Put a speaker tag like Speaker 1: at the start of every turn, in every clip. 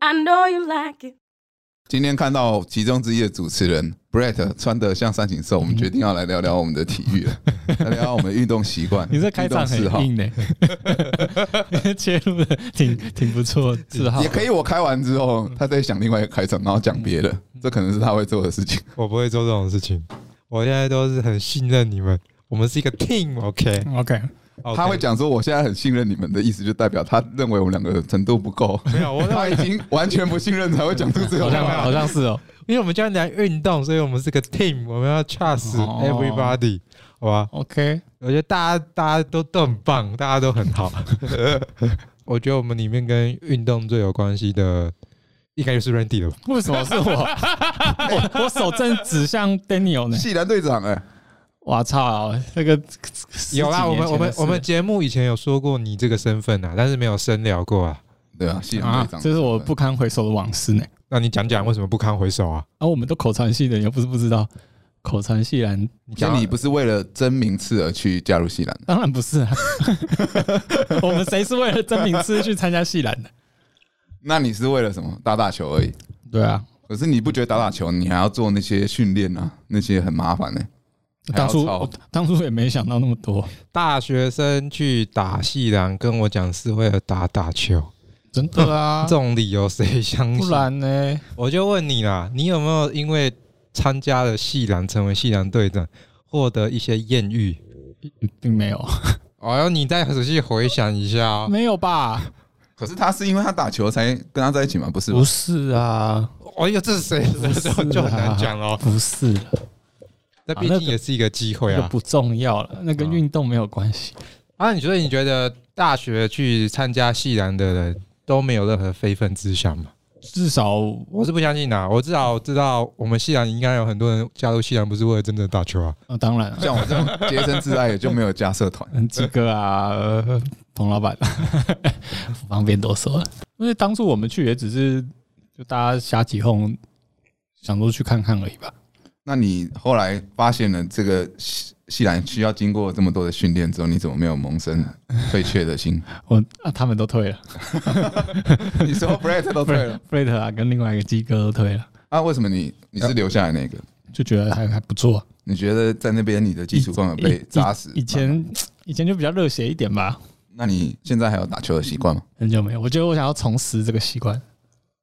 Speaker 1: I know you like it。
Speaker 2: 今天看到其中之一的主持人 Brett 穿的像三井寿，我们决定要来聊聊我们的体育了， 来聊聊我们的运动习惯。
Speaker 3: 你这开场很
Speaker 2: 运动嗜
Speaker 3: 硬呢、 切入的挺挺不错，志
Speaker 2: 好，
Speaker 3: 浩
Speaker 2: 也可以。我开完之后，他再想另外一个开场，然后讲别的，
Speaker 3: 嗯
Speaker 2: 这可能是他会做的事情。
Speaker 4: 我不会做这种事情，我现在都是很信任你们，我们是一个 team，OK，、
Speaker 3: OK，
Speaker 2: 嗯他会
Speaker 4: 讲
Speaker 2: 讲说我现在很信任你们的意思，就代表他认为我们两个程度不够，
Speaker 4: 没有，我 认
Speaker 2: 他
Speaker 4: 为
Speaker 2: 已经完全不信任才会讲出 这种
Speaker 3: 好像
Speaker 2: 话。
Speaker 3: 好像是哦。
Speaker 4: 因为我们今天聊运动，所以我们是个 team，我们要 trust
Speaker 3: 哦
Speaker 4: everybody，、好吧？
Speaker 3: OK，
Speaker 4: 我觉得大家大家都都很棒，大家都很好。 我觉得我们里面跟运动最有关系的，应该就是 Randy 了吧？
Speaker 3: 为什么是我？ 我我手正指向 Daniel 呢。
Speaker 2: 系男队长哎、
Speaker 3: 我操，这个
Speaker 4: 有啦，我们我们我们
Speaker 3: 十几
Speaker 4: 节目以前有说过你这个身份啊，但是没有深聊过啊。
Speaker 2: 对啊，系
Speaker 3: 年前的事
Speaker 2: 男
Speaker 3: 啊
Speaker 2: 队长，，
Speaker 3: 这是我不堪回首的往事呢。
Speaker 4: 那你讲讲为什么不堪回首啊？
Speaker 3: 啊，我们都口传系的，你又不是不知道。口传系篮
Speaker 4: 你
Speaker 2: 所
Speaker 4: 讲
Speaker 2: 以
Speaker 4: 啊
Speaker 2: 你不是为了争名次而去加入系篮的，
Speaker 3: 当然不是啊，我们谁是为了争名次去参加系篮的？
Speaker 2: 那你是为了什么？打打球而已。
Speaker 3: 对啊，
Speaker 2: 可是你不觉得打打球，你还要做那些训练啊，那些很麻烦呢、还要
Speaker 3: 当初
Speaker 2: 操
Speaker 3: 我当初也没想到那么多，
Speaker 4: 大学生去打戏篮，跟我讲是为了打打球，
Speaker 3: 真的啊
Speaker 4: 这，种理由谁相
Speaker 3: 不
Speaker 4: 信？
Speaker 3: 然呢？
Speaker 4: 我就问你啦，你有没有因为参加了戏篮，成为戏篮队长，获得一些艳遇？
Speaker 3: 并没有，
Speaker 4: 哦，要你再仔细回想一下、哦。
Speaker 3: 没有吧？
Speaker 2: 可是他是因为他打球才跟他在一起吗？不是吧，
Speaker 3: 不是啊，
Speaker 4: 哎呦，这是谁？
Speaker 3: 是啊
Speaker 4: 就很难讲喽。
Speaker 3: 不是，
Speaker 4: 那
Speaker 3: 啊
Speaker 4: 毕
Speaker 3: 那
Speaker 4: 竟
Speaker 3: 个
Speaker 4: 也是一个机会
Speaker 3: 那个
Speaker 4: 啊。
Speaker 3: 不重要了，
Speaker 2: 啊
Speaker 3: 那跟运动没有关系。
Speaker 4: 啊，你所以你觉得大学去参加戏篮的人都没有任何非分之想吗？
Speaker 3: 至少
Speaker 4: 我是不相信的、啊我至少知道我们戏篮应该有很多人加入戏篮，不是为了真正打球啊。
Speaker 3: 啊，当然啊
Speaker 2: 像我这种洁身自爱的就没有加社
Speaker 3: 。
Speaker 2: 团
Speaker 3: 嗯，几个啊，呃彭老板， 不方便多说了。因为当初我们去也只是就大家瞎起哄，想说去看看而已吧。
Speaker 2: 那你后来发现了这个系系篮需要经过这么多的训练之后，你怎么没有萌生退却的 心？
Speaker 3: 我啊，他们都退了，
Speaker 2: 你说 Brett 都退了
Speaker 3: f r e d 啊跟另外一个鸡哥都退了，
Speaker 2: 啊？为什么你你是留下来那个？
Speaker 3: 就觉得还还不错。
Speaker 2: 你觉得在那边你的基础功有被
Speaker 3: 以
Speaker 2: 扎实？
Speaker 3: 呃以以前以前就比较热血一点吧，
Speaker 2: 那你现在还有打球的习惯吗？
Speaker 3: 很久没有。我觉得我想要重拾这个习惯，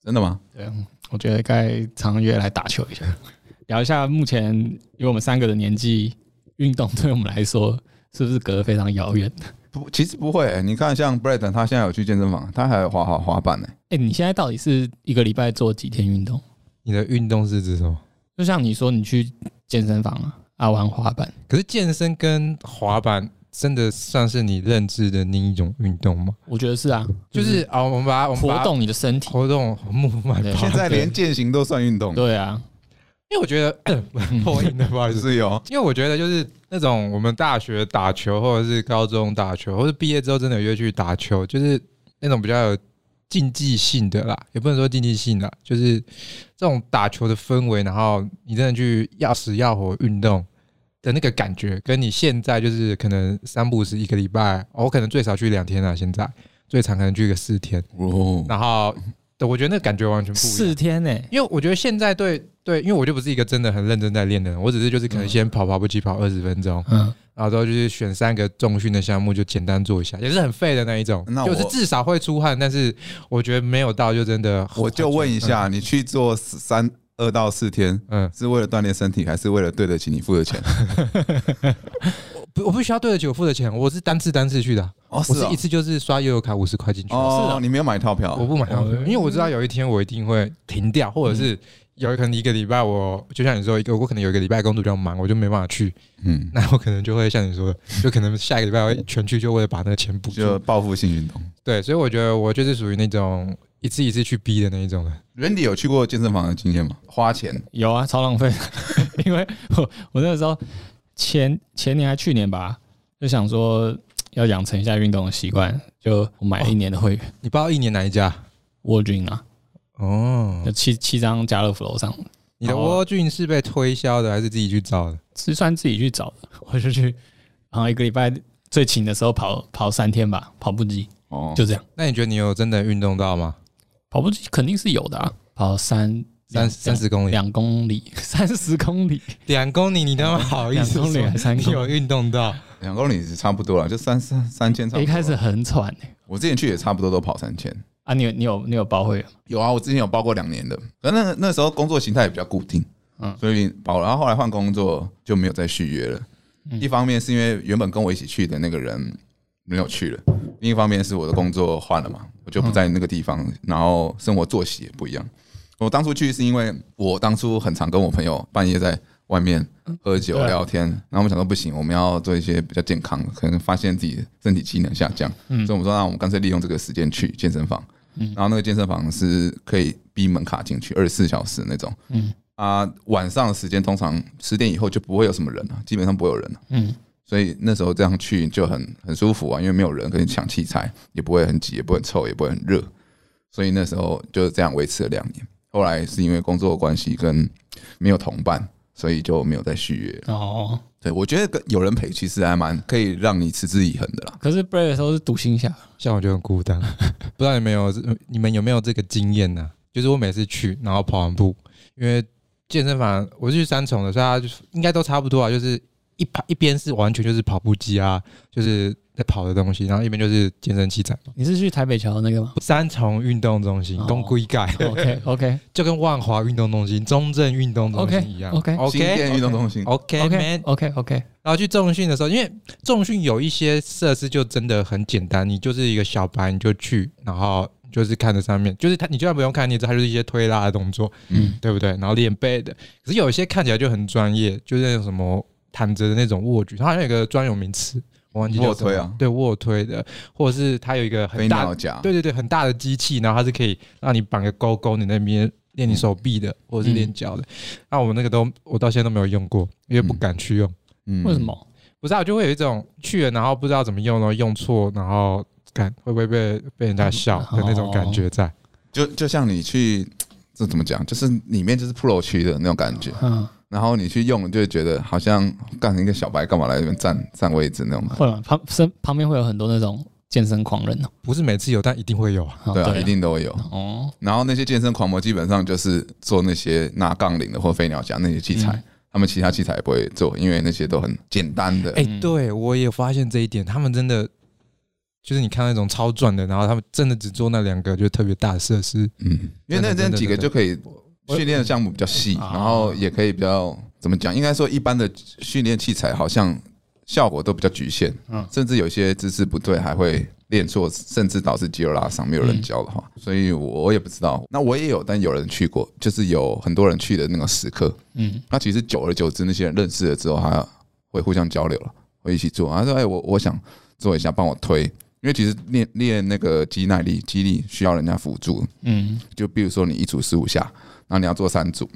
Speaker 2: 真的吗？
Speaker 3: 对，嗯我觉得该常约来打球一下， 聊一下目前以我们三个的年纪，运动对我们来说是不是隔得非常遥远？
Speaker 2: 不，其实不会、你看，像 Brett 他现在有去健身房，他还有滑滑滑板呢、
Speaker 3: 哎、你现在到底是一个礼拜做几天运动？
Speaker 4: 你的运动是指什么？
Speaker 3: 就像你说，你去健身房啊，啊玩滑板，
Speaker 4: 可是健身跟滑板真的算是你认知的另一种运动吗？
Speaker 3: 我觉得是啊，
Speaker 4: 就是啊，我们把它我们把
Speaker 3: 活
Speaker 4: 它
Speaker 3: 动你的身体。
Speaker 4: 活动木马
Speaker 3: 对
Speaker 4: 跑
Speaker 2: 现在连践行都算运动，
Speaker 3: 对啊，
Speaker 4: 因为我觉得呃破音的不好意思，
Speaker 2: 是有。
Speaker 4: 因为我觉得就是那种我们大学打球，或者是高中打球，或是毕业之后真的有约去打球，就是那种比较有竞技性的啦，也不能说竞技性啦，就是这种打球的氛围，然后你真的去要死要活运动。的那个感觉，跟你现在就是可能三不五时一个礼拜，哦我可能最少去两天啦，现在最长可能去个四天，
Speaker 2: 哦，
Speaker 4: 然后对我觉得那个感觉完全不一样。
Speaker 3: 四天欸呢、
Speaker 4: 因为我觉得现在对对，因为我就不是一个真的很认真在练的人，我只是就是可能
Speaker 2: 嗯
Speaker 4: 先跑跑步机跑二十分钟，
Speaker 3: 嗯，
Speaker 4: 然后之后就是选三个重训的项目就简单做一下，也是很废的那一种，
Speaker 2: 那我
Speaker 4: 就是至少会出汗，但是我觉得没有到就真的很，
Speaker 2: 我就问一下，你去做三二到四天，
Speaker 4: 嗯，
Speaker 2: 是为了锻炼身体，还是为了对得起你付的钱？
Speaker 4: 我不我不需要对得起我付的钱，我是单次单次去的啊，
Speaker 2: 哦，
Speaker 4: 我
Speaker 2: 哦
Speaker 4: 是一次就是刷悠游卡五十块进去，
Speaker 2: 哦，
Speaker 3: 是啊
Speaker 2: 你没有买套票，
Speaker 4: 我不买套票，因为我知道有一天我一定会停掉，或者是
Speaker 2: 嗯
Speaker 4: 有可能一个礼拜我就像你说一个，我可能有一个礼拜工作比较忙，我就没办法去，
Speaker 2: 嗯，
Speaker 4: 那我可能就会像你说的，就可能下一个礼拜会全去，就为了把那个钱补
Speaker 2: 就
Speaker 4: 足。
Speaker 2: 报复性运动。
Speaker 4: 对，所以我觉得我就是属于那种一次一次去逼的那一种的。
Speaker 2: Randy 有去过健身房的经验吗？花钱
Speaker 3: 有啊，超浪费， 因为我我那个时候前前年还去年吧，就想说要养成一下运动的习惯，就我买了一年的会员，
Speaker 4: 你不知道一年哪一家？
Speaker 3: 沃军啊，
Speaker 4: 哦
Speaker 3: 就，七七张家乐福楼上，
Speaker 4: 你
Speaker 3: 啊
Speaker 4: 的蜗菌是被推销的还是自己去找的？
Speaker 3: 是算自己去找的， 我就去，然后一个礼拜最勤的时候跑跑三天吧，跑步机
Speaker 2: 哦，
Speaker 3: 就这样，
Speaker 4: 那你觉得你有真的运动到吗？
Speaker 3: 跑步机肯定是有的啊，跑三
Speaker 4: 三三十公里，
Speaker 3: 两公里、 三十公里，
Speaker 4: 两公里，你他妈好意思
Speaker 3: 两公里还是
Speaker 4: 说
Speaker 3: 三
Speaker 4: 你
Speaker 3: 公里
Speaker 4: 有运动到？
Speaker 2: 两公里是差不多了，就三三三千差
Speaker 4: 哎
Speaker 2: 不多。
Speaker 3: 一开始很喘欸
Speaker 2: 我之前去也差不多都跑三千。
Speaker 3: 啊！你有你有你有包会吗？
Speaker 2: 有啊，我之前有报过两年的，可那那时候工作形态也比较固定，
Speaker 3: 嗯
Speaker 2: 所以报，然后后来换工作就没有再续约了。
Speaker 3: 嗯
Speaker 2: 一方面是因为原本跟我一起去的那个人没有去了，另一方面是我的工作换了嘛，我就不在那个地
Speaker 3: 嗯
Speaker 2: 方，然后生活作息也不一样。我当初去是因为我当初很常跟我朋友半夜在外面喝酒
Speaker 3: 对啊
Speaker 2: 聊天，然后我们想说不行，我们要做一些比较健康的，可能发现自己身体机能下降，
Speaker 3: 嗯
Speaker 2: 所以我们说那我们干脆利用这个时间去健身房。然后那个健身房是可以逼门卡进去，二十四小时那种。
Speaker 3: 嗯
Speaker 2: 啊，晚上的时间通常十点以后就不会有什么人了、基本上不会有人了、
Speaker 3: 嗯，
Speaker 2: 所以那时候这样去就很很舒服啊，因为没有人跟你抢器材，也不会很挤，也不会很臭，也不会很热，所以那时候就这样维持了两年。后来是因为工作的关系跟没有同伴，所以就没有再续约了。
Speaker 3: 哦，
Speaker 2: 对我觉得跟有人陪其实还蛮可以让你持之以恒的啦。
Speaker 3: 可是 break 的时候是独行侠，
Speaker 4: 像我就很 孤单，不知道你们有你们有没有这个经验呢、就是我每次去，然后跑完步，因为健身房我是去三重的，所以它就是应该都差不多啊，就是一排一边是完全就是跑步机啊，就是在跑的东西，然后一边就是健身器材。
Speaker 3: 你是去台北桥的那个吗
Speaker 4: 三重运动中心
Speaker 3: 哦
Speaker 4: 东归盖
Speaker 3: ？OK OK
Speaker 4: 就跟万华运动中心、中正运动中心一样。
Speaker 3: OK，OK，
Speaker 2: 新店运动
Speaker 4: OK
Speaker 2: 中
Speaker 3: 哦
Speaker 2: 心
Speaker 4: OK
Speaker 3: OK
Speaker 4: man，
Speaker 3: OK OK，
Speaker 4: 然后去重训的时候，因为重训有一些设施就真的很简单，你就是一个小白你就去，然后就是看着上面，就是它你就算不用看，你也知道它就是一些推拉的动作，
Speaker 3: 嗯
Speaker 4: 对不对？然后练背的，可是有一些看起来就很专业，就是那种什么躺着的那种卧举，它好像有一个专有名词，我忘记叫
Speaker 2: 卧
Speaker 4: 什 么
Speaker 2: 推啊
Speaker 4: 对卧推的，或者是它有一个
Speaker 2: 飞
Speaker 4: 很大
Speaker 2: 鸟夹，
Speaker 4: 对对对，很大的机器，然后它是可以让你绑个勾勾，你那边练你手臂的，或者是练脚的。那、我那个都我到现在都没有用过，因为不敢去用。
Speaker 2: 嗯
Speaker 3: 为什？么？
Speaker 4: 不是、啊，就会有一种去了然后不知道怎么用，然后用错，然后看会不会被被人家笑的那种感觉在。
Speaker 2: 就就像你去，这怎么讲？就是里面就是 pro 区的那种感觉，
Speaker 3: 嗯，
Speaker 2: 然后你去用，就会觉得好像干一个小白干嘛来这边占占位置那种。
Speaker 3: 会吗？旁身旁边会有很多那种健身狂人哦，
Speaker 4: 不是每次有，但一定会有啊。
Speaker 3: 哦
Speaker 2: 对啊，一定都有。
Speaker 3: 哦，
Speaker 2: 然后那些健身狂魔基本上就是做那些拿杠铃的或飞鸟夹那些器材
Speaker 3: 嗯，
Speaker 2: 他们其他器材也不会做，因为那些都很简单的。
Speaker 4: 哎、
Speaker 3: 嗯
Speaker 4: 对我也发现这一点，他们真的就是你看那种超赚的，然后他们真的只做那两个就是特别大的设施。
Speaker 2: 嗯，因为那这样几个就可以
Speaker 4: 我
Speaker 2: 训练的项目比较细，
Speaker 3: 啊
Speaker 2: 然后也可以比较怎么讲？应该说一般的训练器材好像效果都比较局限，
Speaker 3: 嗯
Speaker 2: 甚至有些姿势不对还会练错，甚至导致肌肉拉伤。没有人教的话，所以我也不知道。那我也有，但有人去过，就是有很多人去的那个时刻。
Speaker 3: 嗯，
Speaker 2: 那其实久而久之，那些人认识了之后，他会互相交流了，会一起做。他说：“哎，我我想做一下，帮我推。”因为其实练练那个肌耐力、肌力需要人家辅助，
Speaker 3: 嗯，
Speaker 2: 就比如说你一组十五下，然后你要做三组，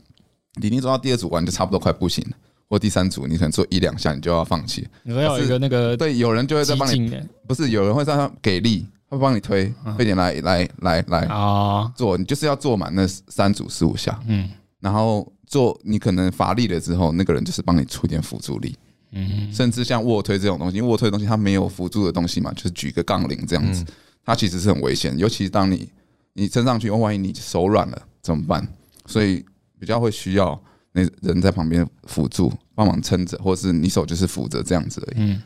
Speaker 2: 你已经做到第二组完就差不多快不行了，或第三组你可能做一两下你就要放弃。
Speaker 3: 你说要有一个那个
Speaker 2: 对，有人就会在
Speaker 3: 激
Speaker 2: 帮你，
Speaker 3: 进嗯的
Speaker 2: 不是有人会在那给力，会帮你推，快点来来来来
Speaker 3: 啊，
Speaker 2: 做，你就是要做满那三组十五下，
Speaker 3: 嗯
Speaker 2: 然后做你可能乏力了之后，那个人就是帮你出一点辅助力，
Speaker 3: 嗯
Speaker 2: 甚至像卧推这种东西，因为卧推的东西它没有辅助的东西嘛，就是举个杠铃这样子，它其实是很危险，尤其当你你撑上去，万一你手软了怎么办？所以比较会需要那人在旁边辅助帮忙撑着，或是你手就是扶着这样子而已，
Speaker 3: 嗯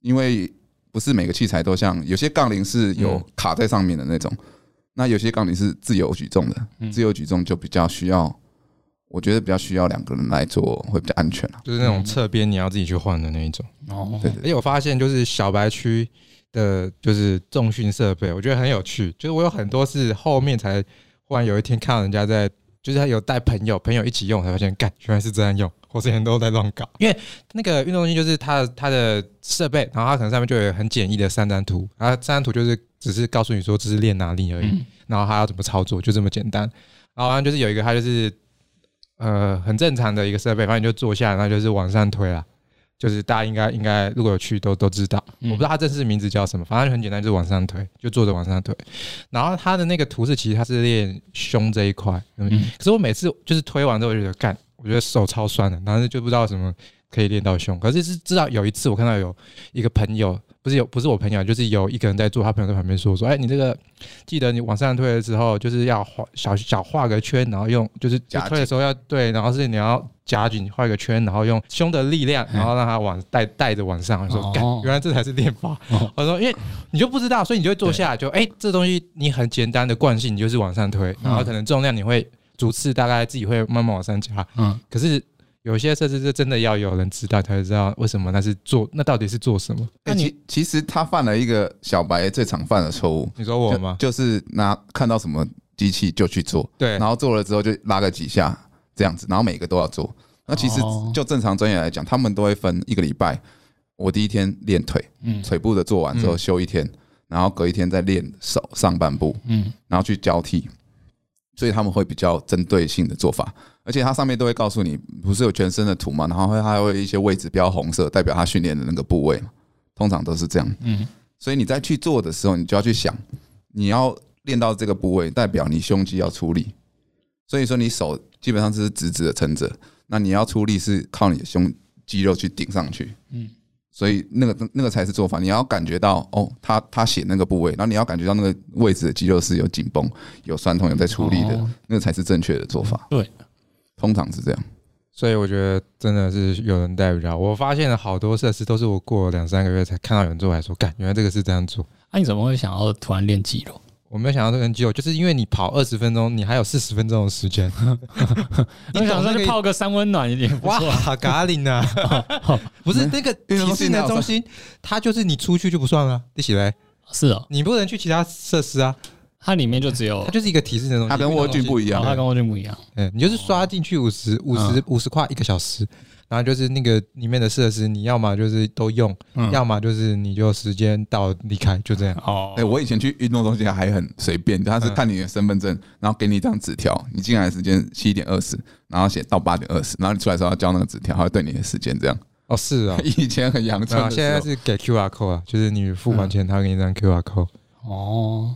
Speaker 2: 因为不是每个器材都像有些杠铃是有
Speaker 4: 嗯
Speaker 2: 卡在上面的那种，那有些杠铃是自由举重的，
Speaker 3: 嗯
Speaker 2: 自由举重就比较需要。我觉得比较需要两个人来做会比较安全啊。
Speaker 4: 就是那种侧边你要自己去换的那一种。
Speaker 3: 哦，
Speaker 2: 对
Speaker 4: 而且我发现，就是小白区的，就是重训设备，我觉得很有趣。就是我有很多是后面才忽然有一天看到人家在，就是他有带朋友，朋友一起用，我才发现，干，原来是这样用。我之前都在乱搞， 因为那个运动中心就是它的它的设备，然后它可能上面就有很简易的三张图，然后三张图就是只是告诉你说这是练哪里而已，
Speaker 3: 嗯
Speaker 4: 然后他要怎么操作，就这么简单。然后好像就是有一个，他就是呃很正常的一个设备，反正你就坐下，然后就是往上推啊啦。就是大家应该应该如果有去都都知道，
Speaker 3: 嗯
Speaker 4: 我不知道它正式名字叫什么，反正很简单，就是往上推，就坐着往上推。然后它的那个图示其实它是练胸这一块，嗯
Speaker 3: 嗯
Speaker 4: 可是我每次就是推完之后，我就觉得干，我觉得手超酸的，然后就不知道什么可以练到胸。可是是知道有一次我看到有一个朋友，不是有不是我朋友，就是有一个人在做，他朋友在旁边说说，哎，你这个记得你往上推的时候，就是要画小小画个圈，然后用就是就
Speaker 2: 夹
Speaker 4: 推的时候要对，然后是你要夹紧画一个圈，然后用胸的力量，然后让它往带带着往上。我说，干
Speaker 3: 哦，
Speaker 4: 原来这才是练法。
Speaker 3: 哦
Speaker 4: 我说，因为你就不知道，所以你就会坐下来就，哎、这东西你很简单的惯性，你就是往上推，然后可能重量你会逐次大概自己会慢慢往上加。
Speaker 3: 嗯，
Speaker 4: 可是有些设置是真的要有人知道才会知道为什么那是做，那到底是做什么？
Speaker 2: 哎
Speaker 3: 那你
Speaker 2: 其其实他犯了一个小白最常犯的错误，
Speaker 4: 你说我吗？
Speaker 2: 就就是拿看到什么机器就去做，
Speaker 4: 对
Speaker 2: 然，后做了之后就拉个几下这样子，然后每个都要做。那其实
Speaker 3: 哦
Speaker 2: 就正常专业来讲，他们都会分一个礼拜，我第一天练腿，
Speaker 3: 嗯
Speaker 2: 腿部的做完之后
Speaker 4: 嗯
Speaker 2: 休一天，然后隔一天再练手上半部，
Speaker 3: 嗯
Speaker 2: 然后去交替。所以他们会比较针对性的做法，而且它上面都会告诉你，不是有全身的图嘛，然后会还会有一些位置标红色，代表他训练的那个部位嘛，通常都是这样。
Speaker 3: 嗯
Speaker 2: 所以你在去做的时候，你就要去想，你要练到这个部位，代表你胸肌要出力。所以说你手基本上是直直的撑着，那你要出力是靠你的胸肌肉去顶上去。
Speaker 3: 嗯
Speaker 2: 所以那个那个才是做法，你要感觉到哦，他他写那个部位，然后你要感觉到那个位置的肌肉是有紧绷、有酸痛、有在出力的，
Speaker 3: 哦
Speaker 2: 那个才是正确的做法。
Speaker 3: 对，
Speaker 2: 通常是这样。
Speaker 4: 所以我觉得真的是有人带比较好。我发现了好多设施都是我过了两三个月才看到有人做，还说干，原来这个是这样做。
Speaker 3: 那、啊你怎么会想要突然练肌肉？
Speaker 4: 我没有想到这个 NGO，就是因为你跑二十分钟，你还有四十分钟的时间。
Speaker 3: 我想说
Speaker 4: 那
Speaker 3: 就
Speaker 4: 个
Speaker 3: 泡个三温暖一点，哇，
Speaker 4: 哇，咖喱呢？不是那个提示的中心，它就是你出去就不算了，你起来，
Speaker 3: 是哦，
Speaker 4: 你不能去其他设施啊，
Speaker 3: 它里面就只有
Speaker 4: 它， 就是一个提示的东西。
Speaker 2: 它跟蜗居不
Speaker 4: 一
Speaker 2: 一
Speaker 3: 哦它
Speaker 2: 样，
Speaker 3: 哦跟我就不一样，
Speaker 4: 嗯，你就是刷进去五十五十五十块一个小时，然后就是那个里面的设施，你要么就是都用，
Speaker 3: 嗯，
Speaker 4: 要么就是你就时间到离开，就 这样。
Speaker 3: 哦
Speaker 2: 哎、，我以前去运动中心还很随便，他是
Speaker 4: 嗯
Speaker 2: 看你的身份证，然后给你一张纸条，你进来的时间七点二十，然后写到八点二十，然后你出来的时候要交那个纸条，还会对你的时间这样。，
Speaker 4: 哦，是啊
Speaker 2: 以前很阳春
Speaker 4: 然后
Speaker 2: 的时候，
Speaker 4: 啊
Speaker 2: 哦
Speaker 4: 现在是给 QR code 啊，就是你付完钱，他会给你一张 QR code。
Speaker 3: 哦，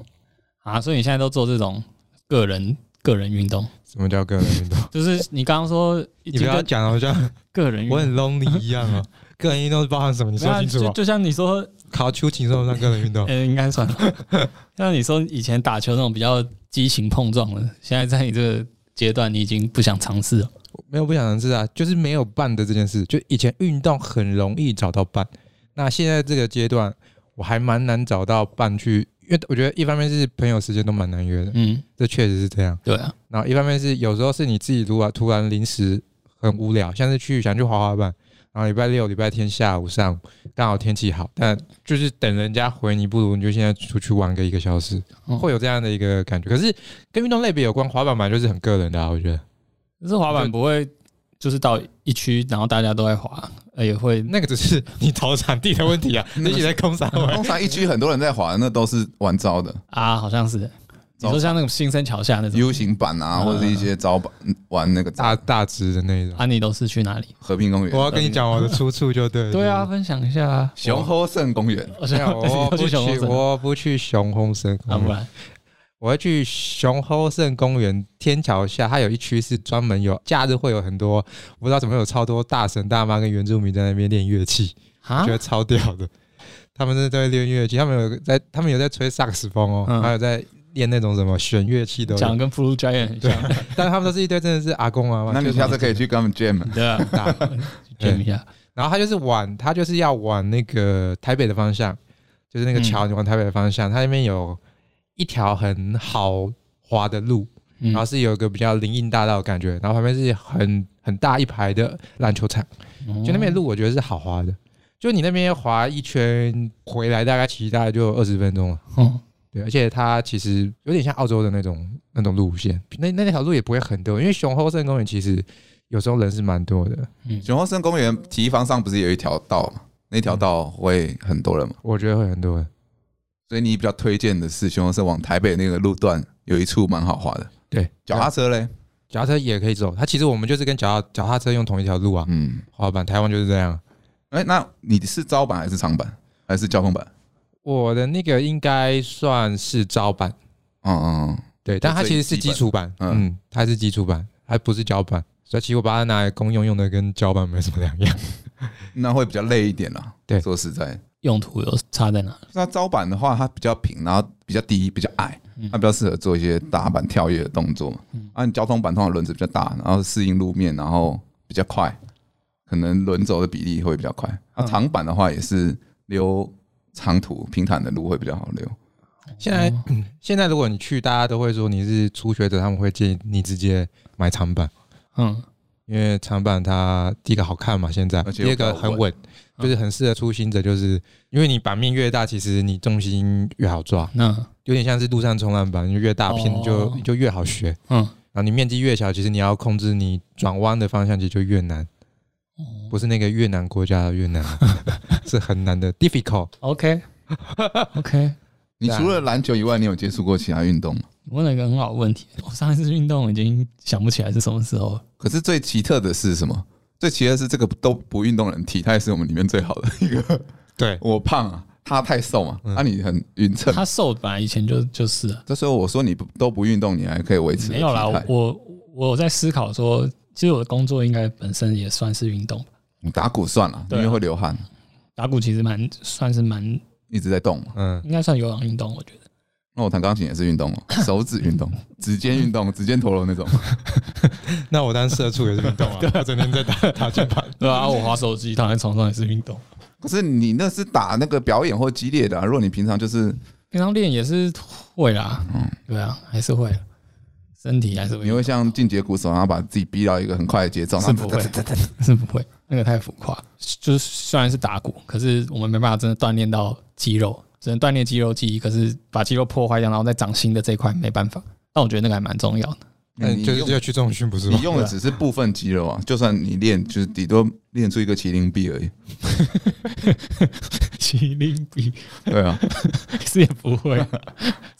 Speaker 3: 啊，所以你现在都做这种个人个人运动，
Speaker 4: 什么叫个人运动？
Speaker 3: 就是你刚刚说 已
Speaker 4: 你
Speaker 3: 经
Speaker 4: 不要
Speaker 3: 跟
Speaker 4: 讲得好像
Speaker 3: 个人运
Speaker 4: 我
Speaker 3: 动，
Speaker 4: 很 lonely 一样啊。个人运动是包含什么？你
Speaker 3: 你
Speaker 4: 说清楚
Speaker 3: 就
Speaker 4: 啊。
Speaker 3: 就像你说，
Speaker 4: 考秋瑾算不算个人运动？
Speaker 3: 呃，应该算 吧。像你说以前打球那种比较激情碰撞的，现在在你这个阶段，你已经不想尝试了。
Speaker 4: 没有不想尝试啊，就是没有伴的这件事。就以前运动很容易找到伴，那现在这个阶段我还蛮难找到伴去，因为我觉得一方面是朋友时间都蛮难约的，
Speaker 3: 嗯，
Speaker 4: 这确实是这样。
Speaker 3: 对啊，
Speaker 4: 然后一方面是有时候是你自己如果突然临时很无聊，像是去想去滑滑板，然后礼拜六、礼拜天下午、上午刚好天气好，但就是等人家回你，不如你就现在出去玩个一个小时，
Speaker 3: 嗯
Speaker 4: 会有这样的一个感觉。可是跟运动类别有关，滑板本来就是很个人的、啊，我觉得
Speaker 3: 可是滑板不会就是到一区，然后大家都在滑，呃，也会
Speaker 4: 那个只是你投场地的问题 啊，
Speaker 2: 那个
Speaker 4: 你
Speaker 2: 是
Speaker 4: 起在空场玩。
Speaker 2: 通常一区很多人在滑，那都是玩招的
Speaker 3: 啊，好像是。你说像那种新生桥下那种，
Speaker 2: U 型板啊，
Speaker 3: 嗯
Speaker 2: 或者是一些招板玩那个
Speaker 4: 大大直的那一种，
Speaker 3: 啊，你都是去哪里？
Speaker 2: 和平公园。
Speaker 4: 我要跟你讲我的出处就对了。
Speaker 3: 对啊，，分享一下啊。
Speaker 2: 熊猴胜公园，
Speaker 3: 我
Speaker 4: 没
Speaker 3: 想
Speaker 4: 有， 我
Speaker 3: 要
Speaker 4: 不
Speaker 3: 啊去小
Speaker 4: 去
Speaker 3: 红，绳
Speaker 4: 我不去熊红神
Speaker 3: 啊，
Speaker 4: 公
Speaker 3: 不
Speaker 4: 园，
Speaker 3: 然
Speaker 4: 我要去熊猴胜公园天桥下，它有一区是专门有假日会有很多，我不知道怎么有超多大神大妈跟原住民在那边练乐器，
Speaker 3: 啊
Speaker 4: 觉，得超屌的。他们真的在练乐器，他们有在，他们有在吹萨克斯风哦，
Speaker 3: 嗯
Speaker 4: 还有在练那种什么弦乐器都有，啊
Speaker 3: 讲跟 Blue Giant 很像，
Speaker 4: 但他们都是一堆真的是阿公啊，
Speaker 2: 那你下次可以去跟他们 jam。
Speaker 3: 对 啊，
Speaker 4: 打
Speaker 3: 见一下。
Speaker 4: 然后他就是往，他就是要往那个台北的方向，就是那个桥，你往台北的方向，它那边有一条很好滑的路，
Speaker 3: 嗯
Speaker 4: 然后是有一个比较林荫大道的感觉，然后旁边是很很大一排的篮球场，就那边的路我觉得是好滑的，就你那边滑一圈回来大概骑大概就二十分钟了。
Speaker 3: 哦，
Speaker 4: 对，而且它其实有点像澳洲的那种那种路线，那那条路也不会很多，因为熊猴森公园其实有时候人是蛮多的，
Speaker 3: 嗯
Speaker 2: 熊猴胜公园堤防上不是有一条道嘛？那条道会很多人嘛？
Speaker 4: 我觉得会很多人。
Speaker 2: 所以你比较推荐的是熊猴胜往台北那个路段有一处蛮好滑的，
Speaker 4: 对，
Speaker 2: 脚踏车嘞，
Speaker 4: 脚踏车也可以走，它其实我们就是跟脚踏脚踏车用同一条路啊，
Speaker 2: 嗯，
Speaker 4: 滑板台湾就是这样。
Speaker 2: 哎，那你是招板还是长板还是交通板？
Speaker 4: 我的那个应该算是招板，
Speaker 2: 嗯嗯，嗯
Speaker 4: 对，但它其实是基础版，
Speaker 2: 最基本
Speaker 4: 嗯，它是基础版，还不是脚板，所以其实我把它
Speaker 2: 哦
Speaker 4: 拿来公用用的跟脚板没什么两样。
Speaker 2: 那会比较累一点啦。
Speaker 4: 对
Speaker 2: 说实在，
Speaker 3: 用途有差在哪？
Speaker 2: 那招板的话，它比较平，然后比较低，比较矮
Speaker 3: 嗯，
Speaker 2: 它比较适合做一些打板跳跃的动作嘛
Speaker 3: 嗯。
Speaker 2: 啊，你交通板通常轮子比较大，然后适应路面，然后比较快，可能轮轴的比例会比较快。啊，
Speaker 3: 嗯
Speaker 2: 长板的话也是溜长途平坦的路会比较好溜。
Speaker 4: 现在
Speaker 3: 哦
Speaker 4: 现在如果你去，大家都会说你是初学者，他们会建议你直接买长板，
Speaker 3: 嗯，
Speaker 4: 因为长板它第一个好看嘛，现在
Speaker 2: 而且
Speaker 4: 第
Speaker 2: 又
Speaker 4: 二个
Speaker 2: 比较
Speaker 4: 很
Speaker 2: 稳嗯
Speaker 4: 稳，就是很适合初心者，就是因为你板面越大，其实你重心越好抓，
Speaker 3: 那
Speaker 4: 有点像是路上冲浪板，你越大片
Speaker 3: 哦
Speaker 4: 就你就越好学，
Speaker 3: 嗯，
Speaker 4: 然后你面积越小，其实你要控制你转弯的方向其实就越难，不是那个越南国家的越南，啊 是很难的 difficult。
Speaker 3: OK OK，
Speaker 2: 你
Speaker 4: 对啊
Speaker 2: 除了篮球以外，你有接触过其他运动吗？
Speaker 3: 你问了一个很好的问题。我上一次运动已经想不起来是什么时候了。
Speaker 2: 可是最奇特的是什么？最奇特的是这个都不运动人体态是我们里面最好的一个。
Speaker 4: 对，
Speaker 2: 我胖啊，他太瘦嘛，
Speaker 4: 嗯
Speaker 2: 啊你很匀称。
Speaker 3: 他瘦本来以前就就是了
Speaker 2: 这时候我说你不都不运动，你还可以维持
Speaker 3: 没有啦，
Speaker 2: 体
Speaker 3: 我
Speaker 2: 态
Speaker 3: 我我有在思考说，其实我的工作应该本身也算是运动吧，
Speaker 2: 打鼓算了，因
Speaker 3: 对啊
Speaker 2: 为会流汗，
Speaker 3: 打鼓其实蛮算是蛮
Speaker 2: 一直在动嘛。
Speaker 4: 嗯，
Speaker 3: 应该算有氧运动，我觉得。
Speaker 2: 那我弹钢琴也是运动 哦，手指运动、指尖运动、指尖陀螺那种。
Speaker 4: 那我当社畜也是运 动啊，我整天在打打键盘。
Speaker 3: 对啊，我滑手机躺在床上也是运动，
Speaker 2: 可是你那是打那个表演或激烈的、啊，如果你平常就是
Speaker 3: 平常练也是会啦，对啊，还是会，身体还是会
Speaker 2: 你，会像进阶鼓手，然后把自己逼到一个很快的节奏，
Speaker 3: 是
Speaker 2: 然后
Speaker 3: 不会是不会，那个太浮夸。就是虽然是打鼓，可是我们没办法真的锻炼到肌肉，只能锻炼肌肉记忆，可是把肌肉破坏掉，然后再长新的这一块没办法。但我觉得那个还蛮重要的。
Speaker 4: 嗯，
Speaker 2: 你
Speaker 4: 就是
Speaker 2: 用
Speaker 4: 要去重训不是吗
Speaker 2: 你？用的只是部分肌肉啊，就算你练，就是顶多练出一个麒麟臂而已。
Speaker 3: 麒麟臂
Speaker 2: 对啊，
Speaker 3: 是也不会，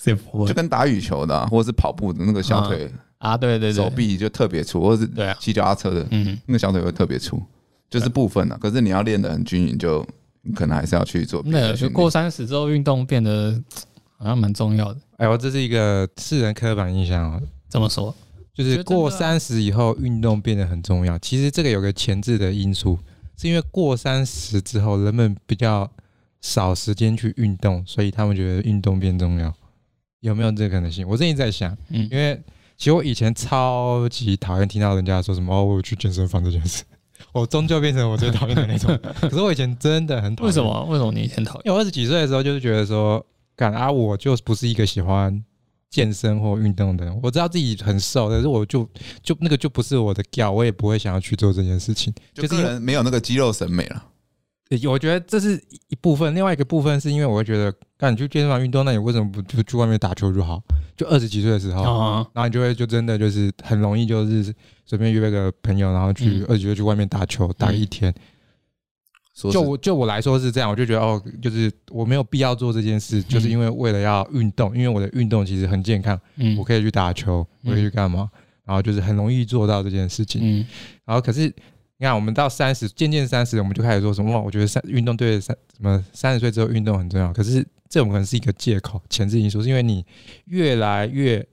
Speaker 3: 是也不
Speaker 2: 就
Speaker 3: 会
Speaker 2: 跟打羽球的、啊，或者是跑步的那个小腿、
Speaker 3: 啊，对对对，
Speaker 2: 手臂就特别粗，或者是
Speaker 3: 对啊，
Speaker 2: 骑脚踏车的
Speaker 3: 嗯，
Speaker 2: 那个小腿会特别粗，就是部分啊。可是你要练得很均匀，就你可能还是要去做别
Speaker 3: 那
Speaker 2: 的
Speaker 3: 就
Speaker 2: 训
Speaker 3: 过
Speaker 2: 练。
Speaker 3: 三十之后运动变得好像蛮重要的。
Speaker 4: 哎呦，这是一个世人刻板印象哦，
Speaker 3: 这么说，
Speaker 4: 就是过
Speaker 3: 我觉得真的啊
Speaker 4: 三十以后运动变得很重要。其实这个有个前置的因素，是因为过三十之后人们比较少时间去运动，所以他们觉得运动变重要。有没有这个可能性？我最近在想，
Speaker 3: 嗯
Speaker 4: 因为其实我以前超级讨厌听到人家说什么“哦，我有去健身房” 这件事，我终究变成我最讨厌的那种。 可是我以前真的很讨厌，
Speaker 3: 为什？么？为什么你以前讨厌？
Speaker 4: 因为我二十几岁的时候，就是觉得说，干啊，我就不是一个喜欢健身或运动的人。我知道自己很瘦，但是我就就那个就不是我的调，我也不会想要去做这件事情。
Speaker 2: 就
Speaker 4: 就是
Speaker 2: 个
Speaker 4: 因为
Speaker 2: 人没有那个肌肉审美了。
Speaker 4: 我觉得这是一部分，另外一个部分是因为我会觉得，干你去健身房运动，那你为什么不就去外面打球就好？就二十几岁的时候，
Speaker 3: 啊，
Speaker 4: 然后你就会就真的就是很容易就是随便约个朋友，然后去
Speaker 3: 嗯
Speaker 4: 二十几岁去外面打球打个一天。
Speaker 2: 说
Speaker 4: 就是我就我来说是这样，我就觉得哦，就是我没有必要做这件事，就是因为为了要运动，因为我的运动其实很健康，
Speaker 3: 嗯，
Speaker 4: 我可以去打球，我可以去干嘛，然后就是很容易做到这件事情。
Speaker 3: 嗯，
Speaker 4: 然后可是你看，我们到三十，渐渐三十，我们就开始说什么哇，我觉得三运动对三什么三十岁之后运动很重要。可是这种可能是一个借口，前置因素是因为你越来越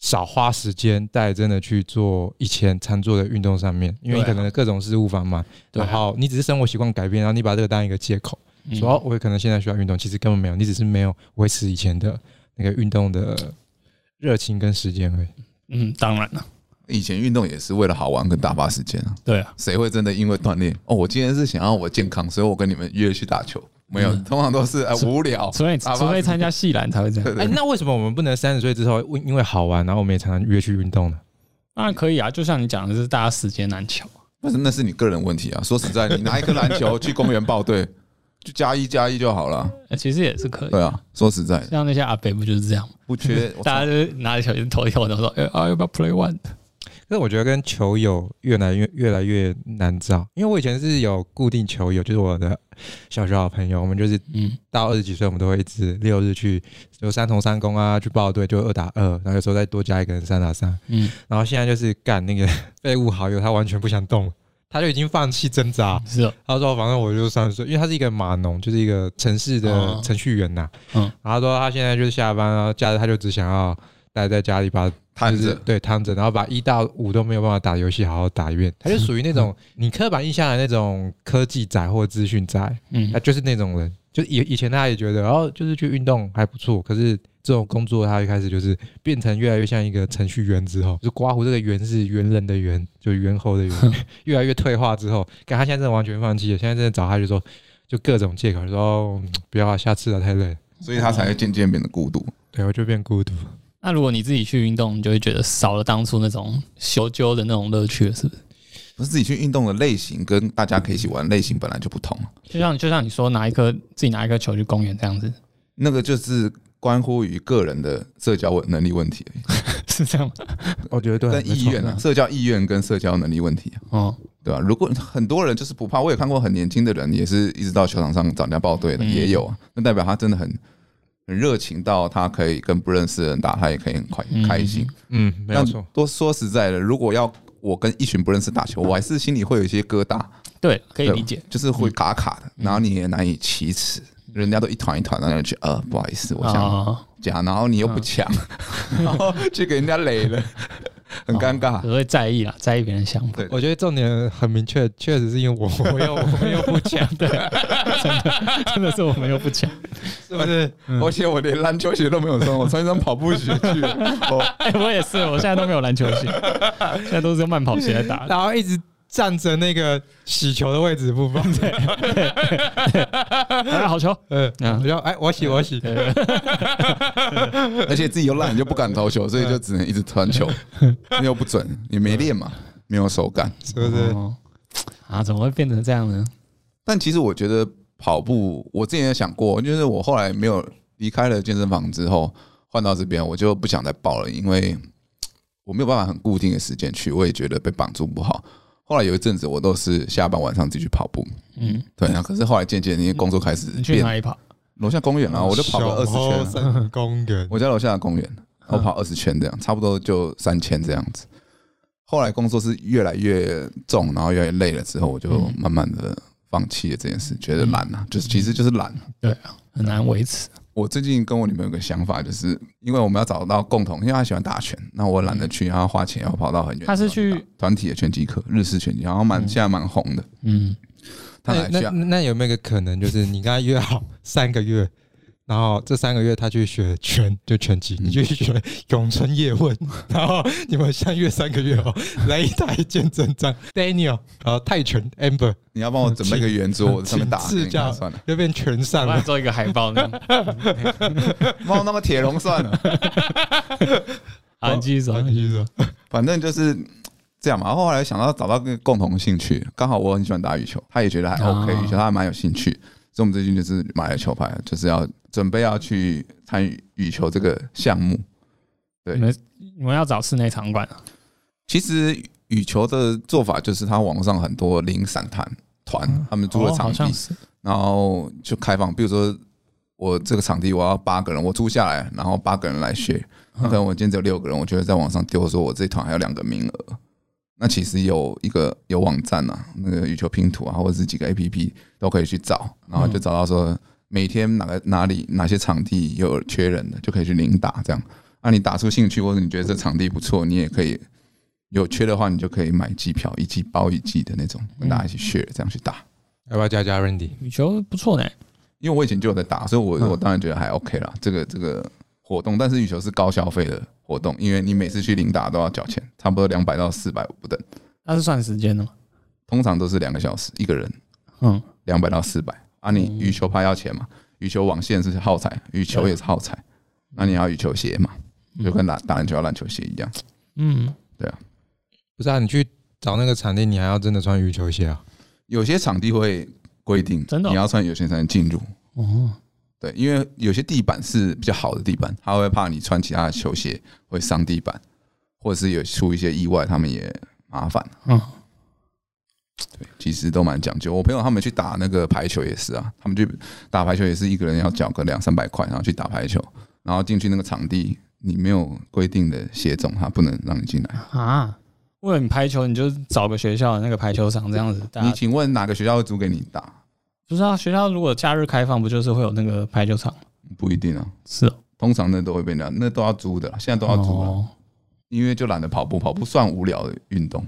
Speaker 4: 少花时间在真的去做以前常做的运动上面，因为你
Speaker 3: 对啊
Speaker 4: 可能各种事物繁忙，
Speaker 3: 对啊
Speaker 4: 然后你只是生活习惯改变，然后你把这个当一个借口，
Speaker 3: 嗯
Speaker 4: 说、哦，我可能现在需要运动，其实根本没有，你只是没有维持以前的那个运动的热情跟时间而已。
Speaker 3: 嗯，当然了，
Speaker 2: 以前运动也是为了好玩跟打发时间啊，
Speaker 3: 对啊，
Speaker 2: 谁会真的因为锻炼？哦，我今天是想要我健康，所以我跟你们约去打球。没有，通常都是哎
Speaker 3: 除
Speaker 2: 无聊，
Speaker 3: 除非
Speaker 2: 打发
Speaker 3: 除非
Speaker 2: 时间
Speaker 3: 参加戏篮才会这样。
Speaker 4: 哎、那为什么我们不能三十岁之后，因因为好玩，然后我们也常常约去运动呢？
Speaker 3: 当然可以啊，就像你讲的，是大家时间难巧。
Speaker 2: 但是那是你个人问题啊。说实在，你拿一颗篮球去公园报队，就加一加一就好了。
Speaker 3: 呃其实也是可以
Speaker 2: 对。啊，说实在，
Speaker 3: 像那些阿北不就是这样吗？
Speaker 2: 不 缺
Speaker 3: 大家就是拿着球就投一投，然后说：“哎、啊，要不要 play one？”
Speaker 4: 可是我觉得跟球友越来越越来越难找，因为我以前是有固定球友，就是我的小学好朋友，我们就是
Speaker 3: 嗯，
Speaker 4: 到二十几岁，我们都会一直六日去，就三同三公啊，去报队就二打二，然后有时候再多加一个人三打三。
Speaker 3: 嗯，
Speaker 4: 然后现在就是干那个废物好友，他完全不想动，他就已经放弃挣扎。
Speaker 3: 是哦，
Speaker 4: 他说：“反正我就三十岁，因为他是一个码农，就是一个城市的
Speaker 3: 哦
Speaker 4: 程序员呐、
Speaker 3: 嗯
Speaker 4: 然后他说他现在就是下班啊，假日他就只想要待在家里把
Speaker 2: 摊
Speaker 4: 就是
Speaker 2: 着，
Speaker 4: 对躺着，然后把一到五都没有办法打游戏，好好打一遍。他就属于那种你刻板印象的那种科技宅或资讯宅，
Speaker 3: 嗯
Speaker 4: 他，就是那种人。就以以前他也觉得，然后就是去运动还不错，可是这种工作他一开始就是变成越来越像一个程序员之后，就刮胡这个猿是猿人的猿，就是猿猴的猿， 越来越退化之后，看他现在真的完全放弃了，现在真的找他就说。就各种借口就说、哦、不要啊，下次了太累了，
Speaker 2: 所以他才会渐渐变得孤独。
Speaker 4: 对我就变孤独。
Speaker 3: 那如果你自己去运动，你就会觉得少了当初那种修究的那种乐趣了，是不是？
Speaker 2: 不是自己去运动的类型跟大家可以一起玩类型本来就不同，
Speaker 3: 就像就像你说拿一颗自己拿一颗球去公园这样子，
Speaker 2: 那个就是关乎于个人的社交能力问题而已，
Speaker 3: 是这样吗？
Speaker 4: 我哦觉得对
Speaker 2: 跟意愿啊，社交意愿跟社交能力问题啊，
Speaker 3: 哦，
Speaker 2: 对吧、如果 很多人就是不怕，我也看过很年轻的人，也是一直到球场上找人家报队的，
Speaker 3: 嗯
Speaker 2: 也有啊，那代表他真的很很热情到他可以跟不认识的人打，他也可以很快
Speaker 3: 嗯
Speaker 2: 开心。
Speaker 4: 嗯，没有
Speaker 2: 但
Speaker 4: 错，
Speaker 2: 多说实在的，如果要我跟一群不认识打球，我还是心里会有一些疙瘩，
Speaker 3: 对，可以
Speaker 2: 对吧
Speaker 3: 理解。
Speaker 2: 就是会卡卡的，
Speaker 4: 嗯
Speaker 2: 然后你也难以启齿，人家都一团一团，然后你去呃，不好意思，我想
Speaker 4: 啊
Speaker 3: 哦，
Speaker 2: 讲，然后你又不抢， 然后去给人家垒了，很尴尬。
Speaker 3: 我会在意啦，在意别人想法。
Speaker 2: 对
Speaker 4: 我觉得重点很明确，确实是因为我我又 我们又不讲，
Speaker 3: 对，真的真的是我们又不讲。
Speaker 4: 是不是？
Speaker 2: 而且我连篮球鞋都没有穿，我穿一双跑步鞋去 了。哦，
Speaker 3: 哎、我也是，我现在都没有篮球 鞋，现在都是用慢跑鞋来打。
Speaker 4: 然后一直站着那个洗球的位置不放， 对，
Speaker 3: 哎，好球！
Speaker 4: 嗯，
Speaker 3: 嗯
Speaker 4: 我就哎，我洗我洗，
Speaker 3: 对
Speaker 2: 而且自己又烂，你就不敢投球，所以就只能一直传球，那又不准，你没练嘛，没有手感。
Speaker 4: 是不是？
Speaker 3: 哦 啊，怎么会变成这样呢？
Speaker 2: 但其实我觉得跑步，我之前也想过，就是我后来没有离开了健身房之后，换到这边，我就不想再报了，因为我没有办法很固定的时间去，我也觉得被绑住不好。后来有一阵子，我都是下班晚上自己去跑步，
Speaker 3: 嗯，
Speaker 2: 对啊。可是后来渐渐，因为工作开始
Speaker 3: 你嗯去哪
Speaker 2: 变，
Speaker 3: 里跑？
Speaker 2: 楼下公园啊，我就跑了二十圈啊、
Speaker 4: 圈，公园，
Speaker 2: 我家楼下的公
Speaker 3: 嗯
Speaker 2: 园，我跑二十圈这样，差不多就三千这样子。后来工作是越来越重，然后越来越累了之后，我就
Speaker 3: 嗯
Speaker 2: 慢慢的放弃了这件事，觉得懒啊，就是其实就是懒。
Speaker 3: 很难维持。
Speaker 2: 我最近跟我女朋友有个想法，就是因为我们要找到共同，因为她喜欢打拳，那我懒得去，然后花钱要跑到很远。
Speaker 3: 嗯她是去
Speaker 2: 团体的拳击课，日式拳击，然后蛮
Speaker 3: 嗯
Speaker 2: 现在蛮红的。
Speaker 3: 嗯，
Speaker 2: 她
Speaker 4: 哎那
Speaker 2: 来
Speaker 4: 那
Speaker 2: 下，
Speaker 4: 那有没有一个可能，就是你跟他约好三个月，然后这三个月他去学拳，就拳击，
Speaker 2: 嗯
Speaker 4: 你去学咏春叶问， 然后你们相约三个月哦，来一台见证章，Daniel，然后泰拳 Amber
Speaker 2: 你要帮我准备个圆桌，我在上面打给
Speaker 4: 请赐
Speaker 2: 你看
Speaker 4: 教
Speaker 2: 算了，
Speaker 4: 又变拳上
Speaker 3: 我要
Speaker 4: 了，
Speaker 3: 做一个海报 那样。
Speaker 2: 帮我弄个铁笼算了，
Speaker 3: 好，你继续走。
Speaker 2: 哦
Speaker 4: 你继续说
Speaker 2: 反正就是。这样嘛，然后后来想到找到个共同兴趣，刚好我很喜欢打羽球，她也觉得还 OK，、
Speaker 3: 啊
Speaker 2: 羽球她还蛮有兴趣，所以我们最近就是买了球拍，就是要准备要去参与羽球这个项目。对
Speaker 3: 你们你们要找室内场馆啊？
Speaker 2: 其实羽球的做法就是，它网上很多零散团团，他们租了
Speaker 3: 哦
Speaker 2: 场
Speaker 3: 好
Speaker 2: 地
Speaker 3: 像，是。
Speaker 2: 然后就开放。比如说，我这个场地我要八个人，我租下来，然后八个人来学。那可能我今天只有六个人，我就会在网上丢说，我这一团还有两个名额。那其实有一个有网站啊，那个羽球拼图啊，或者是几个 A P P 都可以去找，然后就找到说每天哪个哪里哪些场地有缺人的，就可以去领打这样。那、你打出兴趣，或者你觉得这场地不错，你也可以有缺的话，你就可以买机票，一季包一季的那种，跟大家一起 share 这样去打。
Speaker 4: 要不要加加 Randy？
Speaker 3: 羽球不错呢，
Speaker 2: 因为我以前就有在打，所以我
Speaker 4: 嗯
Speaker 2: 我当然觉得还 OK 啦。这个这个活动，但是羽球是高消费的活动，因为你每次去领打都要缴钱，差不多两百到四百不等，
Speaker 3: 那是算时间的嘛？
Speaker 2: 通常都是两个小时一个人，
Speaker 3: 嗯，
Speaker 2: 两百到四百啊。你
Speaker 3: 嗯
Speaker 2: 羽球拍要钱嘛？羽球网线是耗材，羽球也是耗材，那你要羽球鞋嘛？就跟打打篮球要篮球鞋一样。
Speaker 3: 嗯，
Speaker 4: 不是啊，你去找那个场地，你还要真的穿羽球鞋啊？
Speaker 2: 有些场地会规定，
Speaker 3: 真的哦
Speaker 2: 你要穿有线才能进入。
Speaker 3: 哦，
Speaker 2: 对，因为有些地板是比较好的地板，他会怕你穿其他的球鞋会伤地板，或者是有出一些意外，他们也麻烦。啊
Speaker 3: 嗯，
Speaker 2: 对，其实都蛮讲究。我朋友他们去打那个排球也是啊，他们去打排球也是一个人要缴个两三百块，然后去打排球，然后进去那个场地，你没有规定的鞋种，他不能让你进来。
Speaker 3: 啊，为了你排球，你就找个学校的那个排球场这样子，大
Speaker 2: 你
Speaker 3: 家
Speaker 2: 请问哪个学校会租给你打？
Speaker 3: 不知道学校如果假日开放，不就是会有那个排球场？
Speaker 2: 不一定啊，
Speaker 3: 是哦，
Speaker 2: 通常那都会被那那都要租的啦，现在都要租了，
Speaker 3: 哦
Speaker 2: 因为就懒得跑步，跑步算无聊的运动。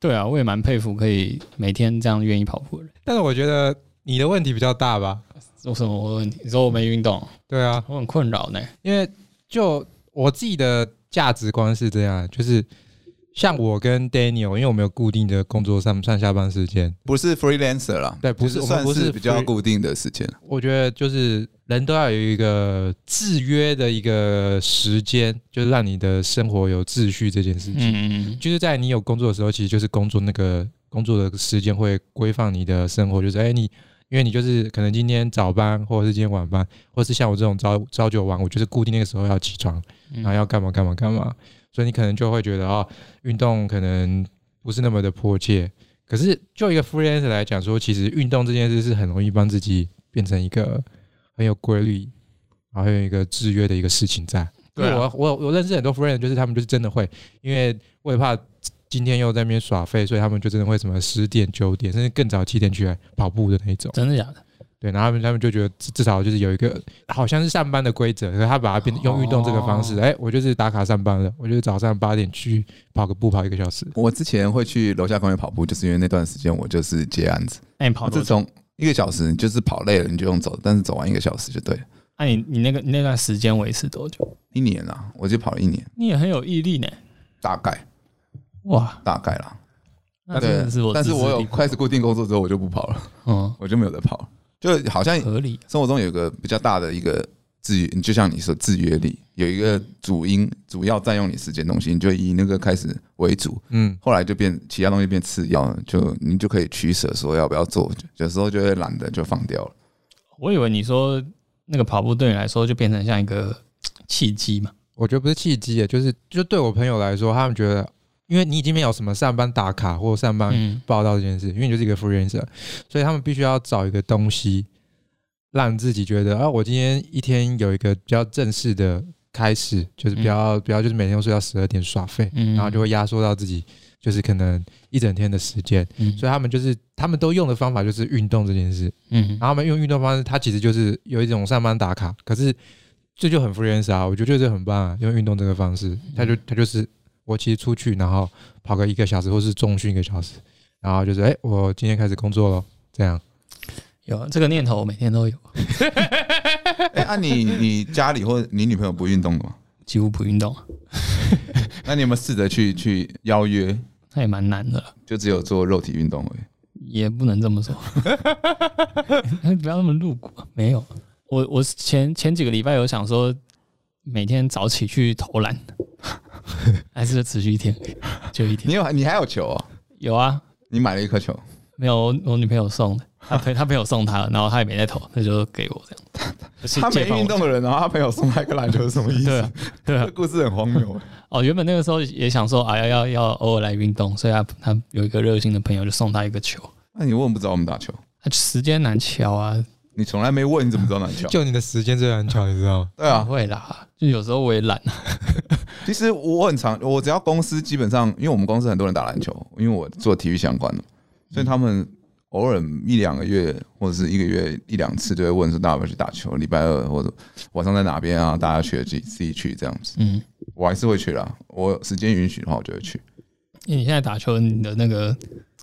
Speaker 3: 对啊，我也蛮佩服可以每天这样愿意跑步的人。
Speaker 4: 但是我觉得你的问题比较大吧？
Speaker 3: 有什么问题？你说我没运动，
Speaker 4: 对啊，
Speaker 3: 我很困扰呢。
Speaker 4: 因为就我自己的价值观是这样，就是像我跟 Daniel，因为我们有固定的工作上上下班时间，
Speaker 2: 不是 freelancer 啦，
Speaker 4: 对不是
Speaker 2: 就
Speaker 4: 我们
Speaker 2: 算
Speaker 4: 不是
Speaker 2: 是比较
Speaker 4: free-
Speaker 2: 固定的时间，
Speaker 4: 我觉得就是人都要有一个制约的一个时间，就是让你的生活有秩序这件事情。
Speaker 3: 嗯，
Speaker 4: 就是在你有工作的时候，其实就是工作那个工作的时间会规范你的生活，就是哎、你。因为你就是可能今天早班，或者是今天晚班，或者是像我这种朝朝九晚五，就是固定那个时候要起床，
Speaker 3: 嗯
Speaker 4: 然后要干嘛干嘛干嘛，所以你可能就会觉得哦，运动可能不是那么的迫切。可是就一个 freelancer 来讲说，其实运动这件事是很容易帮自己变成一个很有规律，然后很有一个制约的一个事情在。
Speaker 3: 对啊
Speaker 4: 因为我我我认识很多 freelancer，就是他们就是真的会，因为我也怕今天又在那边耍废，所以他们就真的会什么十点九点，甚至更早七点起来跑步的那一种。
Speaker 3: 真的假的？
Speaker 4: 对，然后他们他们就觉得至至少就是有一个好像是上班的规则，可是他把它变用运动这个方式，
Speaker 3: 哦
Speaker 4: 哎、我就是打卡上班了，我就是早上八点去跑个步，跑一个小时。
Speaker 2: 我之前会去楼下公园跑步，就是因为那段时间我就是接案子。
Speaker 3: 那你跑多
Speaker 2: 自
Speaker 3: 久？
Speaker 2: 从一个小时，你就是跑累了你就用走，但是走完一个小时就对了。
Speaker 3: 那啊你你那个你那段时间维持多久？
Speaker 2: 一年啦，我就跑了一年，
Speaker 3: 你也很有毅力呢。
Speaker 2: 大概
Speaker 3: 哇，
Speaker 2: 大概啦。
Speaker 3: 那真
Speaker 2: 对
Speaker 3: 的是我，
Speaker 2: 但是我有开始固定工作之后，我就不跑了，
Speaker 3: 嗯
Speaker 2: 我就没有在跑了。就好像
Speaker 3: 合理，
Speaker 2: 生活中有一个比较大的一个制约，就像你说制约力，有一个主因主要占用你时间的东西，你就以那个开始为主，
Speaker 4: 嗯，
Speaker 2: 后来就变其他东西变次要了，就你就可以取舍，说要不要做，有时候就会懒得就放掉了。
Speaker 3: 我以为你说那个跑步对你来说就变成像一个契机嘛。
Speaker 4: 我觉得不是契机耶，就是就对我朋友来说，他们觉得，因为你已经没有什么上班打卡或上班
Speaker 3: 嗯，
Speaker 4: 报道这件事，因为你就是一个 freelancer，所以他们必须要找一个东西，让自己觉得啊，我今天一天有一个比较正式的开始，就是比较、比较就是每天都睡到十二点耍废，
Speaker 3: 嗯
Speaker 4: 然后就会压缩到自己就是可能一整天的时间，
Speaker 3: 嗯
Speaker 4: 所以他们就是他们都用的方法就是运动这件事，
Speaker 3: 嗯
Speaker 4: 然后他们用运动方式，它其实就是有一种上班打卡，可是这就很 freelance 啊，我觉得这很棒啊，用运动这个方式，他
Speaker 3: 嗯
Speaker 4: 就他就是我其实出去，然后跑个一个小时，或是重训一个小时，然后就是哎、我今天开始工作了，这样。
Speaker 3: 有这个念头，我每天都有，
Speaker 2: 哎、啊你你家里或者你女朋友不运动的吗？
Speaker 3: 几乎不运动，啊
Speaker 2: 那你有没有试着去去邀约？
Speaker 3: 那也蛮难的了，
Speaker 2: 就只有做肉体运动而已。
Speaker 3: 也不能这么说， 不要那么露骨。没有，我我前前几个礼拜有想说，每天早起去投篮， 还是持续一天，就一天。
Speaker 2: 你有你还有球哦，
Speaker 3: 有啊，
Speaker 2: 你买了一颗球，
Speaker 3: 没有我我女朋友送的，她朋她朋友送她的，然后她也没在投，那就给我这样。就是
Speaker 2: 他
Speaker 3: 借
Speaker 2: 没
Speaker 3: 放我
Speaker 2: 运动的人，然后他朋友送他一个篮球是什 么意
Speaker 3: 对
Speaker 2: 思
Speaker 3: 啊？对啊
Speaker 2: 这，故事很荒 谬。
Speaker 3: 哦，原本那个时候也想说啊，要要要偶尔来运动，所以他他有一个热心的朋友就送他一个球，
Speaker 2: 那你问不知道我们打 球，
Speaker 3: 啊、时间难敲啊，
Speaker 2: 你从来没问，你怎么知道哪球？
Speaker 4: 就你的时间真的很巧，你知道吗？
Speaker 2: 对啊
Speaker 3: 不，会啦，就有时候我也懒啊，
Speaker 2: 其实我很常，我只要公司基本上，因为我们公司很多人打篮球，因为我做体育相关的，所以他们偶尔一两个月或者是一个月一两次就会问说大家要不要去打球，礼拜二或者晚上在哪边啊，大家去自己自己去这样子，
Speaker 3: 嗯，
Speaker 2: 我还是会去啦。我有时间允许的话，我就会去。
Speaker 3: 因为你现在打球，你的那个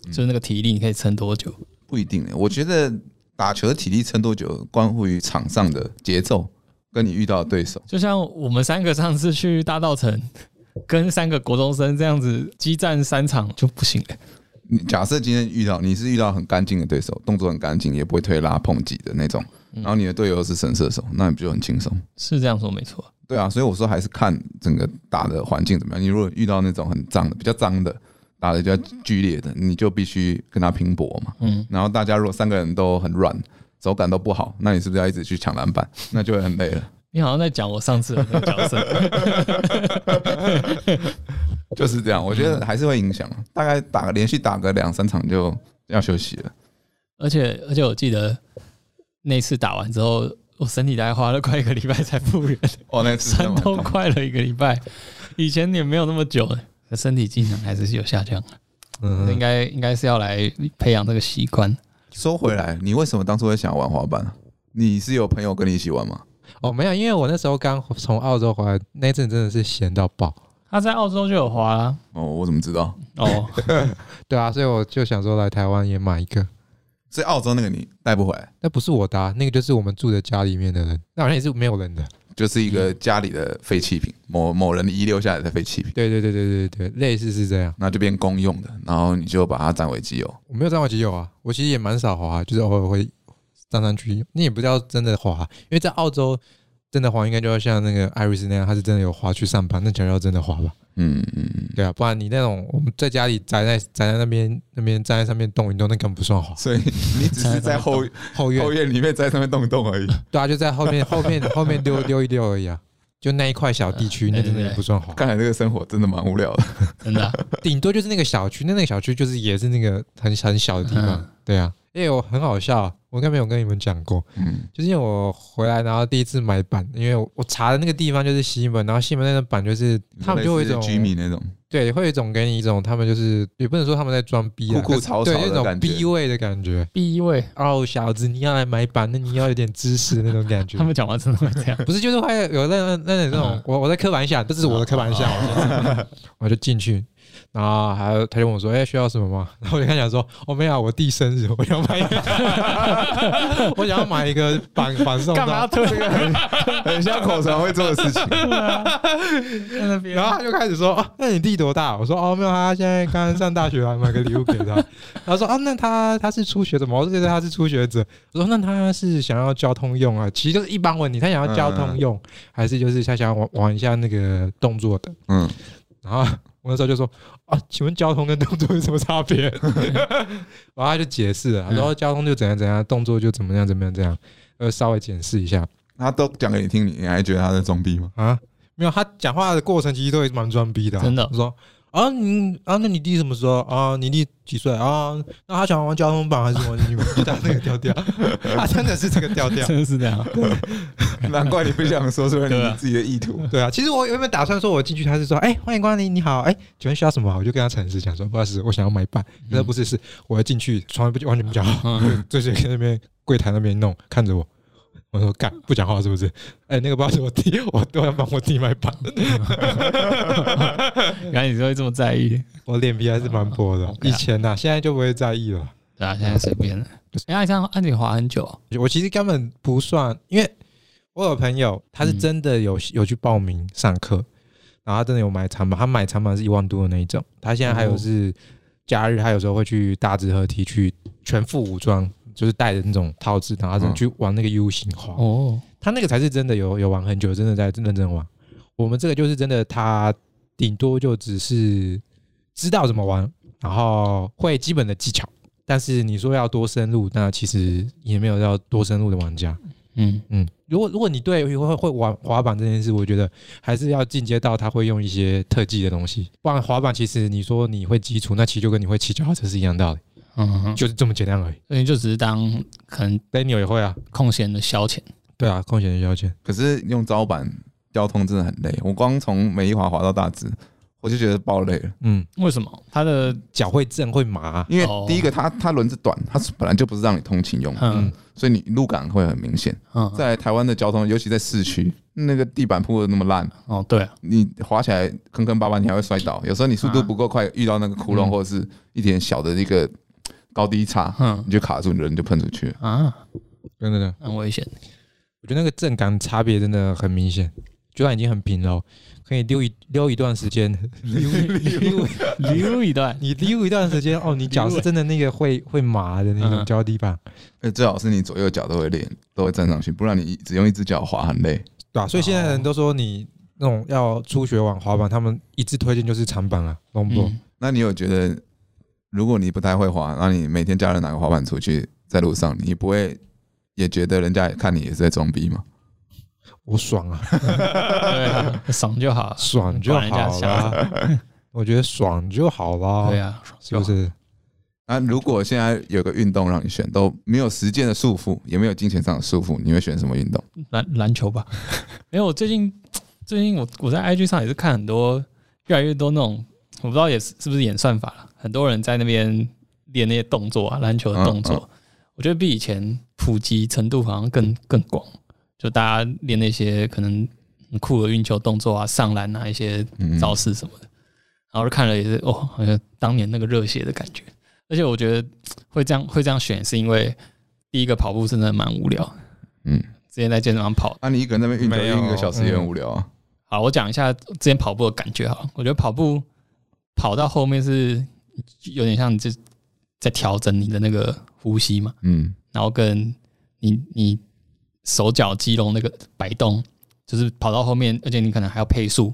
Speaker 3: 就是那个体力，你可以撑多久？
Speaker 2: 不一定欸我觉得打球的体力撑多久，关乎于场上的节奏跟你遇到的对手。
Speaker 3: 就像我们三个上次去大道城，跟三个国中生这样子激战三场就不行了，
Speaker 2: 你假设今天遇到你是遇到很干净的对手，动作很干净，也不会推拉碰挤的那种，
Speaker 3: 嗯
Speaker 2: 然后你的队友是神射手，那你不就很轻松？
Speaker 3: 是这样说没错，
Speaker 2: 对啊，所以我说还是看整个打的环境怎么样。你如果遇到那种很脏的、比较脏的、打的比较剧烈的，你就必须跟他拼搏嘛。
Speaker 3: 嗯，
Speaker 2: 然后大家如果三个人都很软，手感都不好，那你是不是要一直去抢篮板？那就会很累了。
Speaker 3: 你好像在讲我上次的那个角色，
Speaker 2: 就是这样，我觉得还是会影响。大概打个连续打个两三场就要休息了。
Speaker 3: 而且而且我记得那次打完之后，我身体大概花了快一个礼拜才复原。
Speaker 2: 哦，那次真
Speaker 3: 伤
Speaker 2: 的
Speaker 3: 都
Speaker 2: 蛮痛
Speaker 3: 快了一个礼拜，以前也没有那么久了，可身体机能还是有下降，啊
Speaker 4: 嗯
Speaker 3: 应该应该是要来培养这个习惯。
Speaker 2: 说回来，你为什么当初会想要玩滑板啊？你是有朋友跟你一起玩吗？
Speaker 4: 哦，没有，因为我那时候刚从澳洲回来，那阵真的是闲到爆。
Speaker 3: 他在澳洲就有 滑啦。
Speaker 2: 哦，我怎么知道？
Speaker 3: 哦，
Speaker 4: 对啊，所以我就想说来台湾也买一个。
Speaker 2: 所以澳洲那个你带不回来，
Speaker 4: 那不是我搭、那个就是我们住的家里面的人，那好像也是没有人的。
Speaker 2: 就是一个家里的废弃品，某某人遗留下来的废弃品，
Speaker 4: 对对对对对对，类似是这样。
Speaker 2: 那就变公用的，然后你就把它占为己有。
Speaker 4: 我没有站过骑友啊，我其实也蛮少滑，就是偶尔会站上去。那也不叫真的滑，因为在澳洲真的滑应该就要像那个艾瑞斯那样，他是真的有滑去上班，那才叫真的滑吧？
Speaker 2: 嗯嗯嗯。
Speaker 4: 对啊，不然你那种我们在家里宅在宅在那边那边站在上面动一动，那根本不算滑。
Speaker 2: 所以你只是 在后
Speaker 4: 后院
Speaker 2: 后院里面在上面动一动而已。
Speaker 4: 对啊，就在后面后面后面溜溜一溜而已啊。就那一块小地区，那真的也不算滑，
Speaker 2: 看来这个生活真的蛮无聊的。
Speaker 3: 真的啊、
Speaker 4: 顶多就是那个小区，那那个小区就是也是那个很很小的地方
Speaker 3: 嗯，
Speaker 4: 对啊。因为我很好笑，啊我应该没有跟你们讲过，
Speaker 2: 嗯，
Speaker 4: 就是因为我回来，然后第一次买板，因为我我查的那个地方就是西门，然后西门那个板就是他们就会有一种
Speaker 2: Jimmy 那种，
Speaker 4: 对，会有一种给你一种他们就是也不能说他们在装逼啊，
Speaker 2: 酷酷潮潮的
Speaker 4: 对，有一种
Speaker 2: 感觉
Speaker 4: 逼位的感觉。
Speaker 3: 第一位，
Speaker 4: 哦，小子，你要来买板，那你要有点知识的那种感觉
Speaker 3: 他。们讲话真的会这 样。
Speaker 4: 不是，就是会有那那那种
Speaker 3: 嗯，
Speaker 4: 我我在刻板印象，这是我的刻 板印象，我就我就进去，然后还有他就问我说，哎、需要什么吗？然后我就跟他讲说，哦，没有啊，我弟生日，我想买一 个，我想要买一个板板送
Speaker 3: 干嘛要
Speaker 4: 他，
Speaker 3: 推
Speaker 2: 很 很像口传会做的事情。
Speaker 3: 在那边？
Speaker 4: 然后他就开始说，哦，那你弟多大？我说，哦，没有啊，他现在刚刚上大学啊，买个礼物给他。然后说，啊，那他他是初学者吗？我就觉得他是初学者。我说，那他是想要交通用啊？其实就是一般问题，他想要交通用，还是就是他想要玩玩一下那个动作的？
Speaker 2: 嗯，
Speaker 4: 然后我那时候就说啊，请问交通跟动作有什么差别？ 然后他就解释了，他说哦交通就怎样怎样，动作就怎么样怎么样怎样，呃，稍微解释一下
Speaker 2: 他都讲给你听，你你还觉得他在装逼吗？
Speaker 4: 啊。没有，他讲话的过程其实都蛮装逼的啊、
Speaker 3: 真的
Speaker 4: 我说啊，你啊，那你弟什么时候啊？你弟几岁啊？那他想玩交通版还是玩你们？就他那个调调，他真的是这个调调。
Speaker 3: 真的是这样，
Speaker 2: 难怪你不想说出来
Speaker 3: 对啊
Speaker 2: 你自己的意图。
Speaker 4: 对啊，其实我原本打算说，我进去他是说，哎、欢迎光临，你好，哎、请问需要什么？我就跟他诚实讲说，不好意思，我想要买板，那、不是，是我要进去，从来不完全不讲话，
Speaker 3: 嗯，
Speaker 4: 就是在那边柜台那边弄，看着我，我说干不讲话是不是？哎、那个不好意思，我弟，我都要帮我弟买板，
Speaker 3: 原来你就会这么在意，
Speaker 4: 我脸皮还是蛮薄的，
Speaker 3: 哦，OK 啊
Speaker 4: 以前呐、现在就不会在意了。
Speaker 3: 对啊，现在随便了。哎，那你这样按你滑很久哦，
Speaker 4: 我其实根本不算，因为我有朋友他
Speaker 3: 嗯
Speaker 4: 是真的有、有去报名上课，然后他真的有买长板，他买长板是一万多的那一种。他现在还有
Speaker 3: 哦
Speaker 4: 是假日，他有时候会去大直河堤去全副武装，就是带着那种套子，然后
Speaker 3: 嗯
Speaker 4: 真的去玩那个 U 型滑。
Speaker 3: 哦，
Speaker 4: 他那个才是真的有有玩很久，真的在认真玩。我们这个就是真的，他顶多就只是知道怎么玩，然后会基本的技巧。但是你说要多深入，那其实也没有要多深入的玩家。
Speaker 3: 嗯，
Speaker 4: 嗯，如果如果你对会会玩滑板这件事，我觉得还是要进阶到他会用一些特技的东西，不然滑板其实你说你会基础，那其实就跟你会骑脚踏车是一样道理，
Speaker 3: 嗯，
Speaker 4: 就是这么简单而已。
Speaker 3: 所以就只是当可能
Speaker 4: Daniel 也会啊，
Speaker 3: 空闲的消遣，
Speaker 4: 对啊，空闲消遣，
Speaker 2: 可是用招板交通真的很累，我光从美一华滑到大直，我就觉得爆累了。
Speaker 4: 嗯，
Speaker 3: 为什么？他的
Speaker 4: 脚会震会麻，
Speaker 2: 因
Speaker 3: 哦
Speaker 2: 为第一个，它它轮子短，它是本来就不是让你通勤用的，
Speaker 3: 嗯
Speaker 2: 所以你路感会很明显。
Speaker 3: 嗯，
Speaker 2: 在台湾的交通，尤其在市区，那个地板铺的那么烂，
Speaker 3: 哦对啊，
Speaker 2: 你滑起来坑坑巴巴，你还会摔倒。有时候你速度
Speaker 3: 啊
Speaker 2: 不够快，遇到那个窟窿
Speaker 4: 嗯
Speaker 2: 或者是一点小的一个高低差，
Speaker 3: 嗯
Speaker 2: 你就卡住，你人就喷出去了。
Speaker 3: 啊，
Speaker 4: 真的。
Speaker 3: 很危 险，
Speaker 4: 我觉得那个震感差别真的很明显，就算已经很平了，可以溜一溜一段时间，溜溜，
Speaker 3: 溜一段，
Speaker 4: 你溜一段时间哦，你脚是真的那 个会会麻的那种
Speaker 3: 嗯
Speaker 4: 脚底板，
Speaker 2: 呃，最好是你左右脚都会练，都会站上去，不然你只用一只脚滑很累。
Speaker 4: 对吧、啊所以现在人都说你那种要初学玩滑板，他们一致推荐就是长板啊，龙波、
Speaker 3: 嗯，
Speaker 2: 那你有觉得，如果你不太会滑，那你每天家人拿个滑板出去在路上，你不会也觉得人家也看你也是在装逼吗？
Speaker 4: 我爽啊，
Speaker 3: 对啊，爽就 好了，
Speaker 4: 爽就
Speaker 3: 管人家
Speaker 4: 好
Speaker 3: 想法
Speaker 4: 啦， 我觉得爽就好啦，
Speaker 3: 对啊，爽
Speaker 4: 是
Speaker 3: 就好
Speaker 4: 不是？
Speaker 2: 那如果现在有个运动让你选，都没有时间的束缚，也没有金钱上的束缚，你会选什么运动？
Speaker 3: 篮篮球吧。没有，我最近最近我我在 IG 上也是看很多越来越多那种，我不知道也是是不是演算法了，很多人在那边练那些动作啊，篮球的动作，我觉得比以前普及程度好像更更广。就大家练那些可能很酷的运球动作啊、上篮啊一些
Speaker 2: 嗯
Speaker 3: 招式什么的，然后就看了也是哦，好像当年那个热血的感觉。而且我觉得会这样会这样选，是因为第一个跑步真的蛮无聊，
Speaker 2: 嗯，
Speaker 3: 之前在健身房跑。
Speaker 2: 那你一个人在那边运动
Speaker 4: 没有
Speaker 2: 运一个小时也很无聊啊。
Speaker 3: 好，我讲一下之前跑步的感觉好了。我觉得跑步跑到后面是有点像你就在调整你的那个呼吸嘛，
Speaker 2: 嗯，
Speaker 3: 然后跟你你手脚肌肉那个摆动，就是跑到后面，而且你可能还要配速，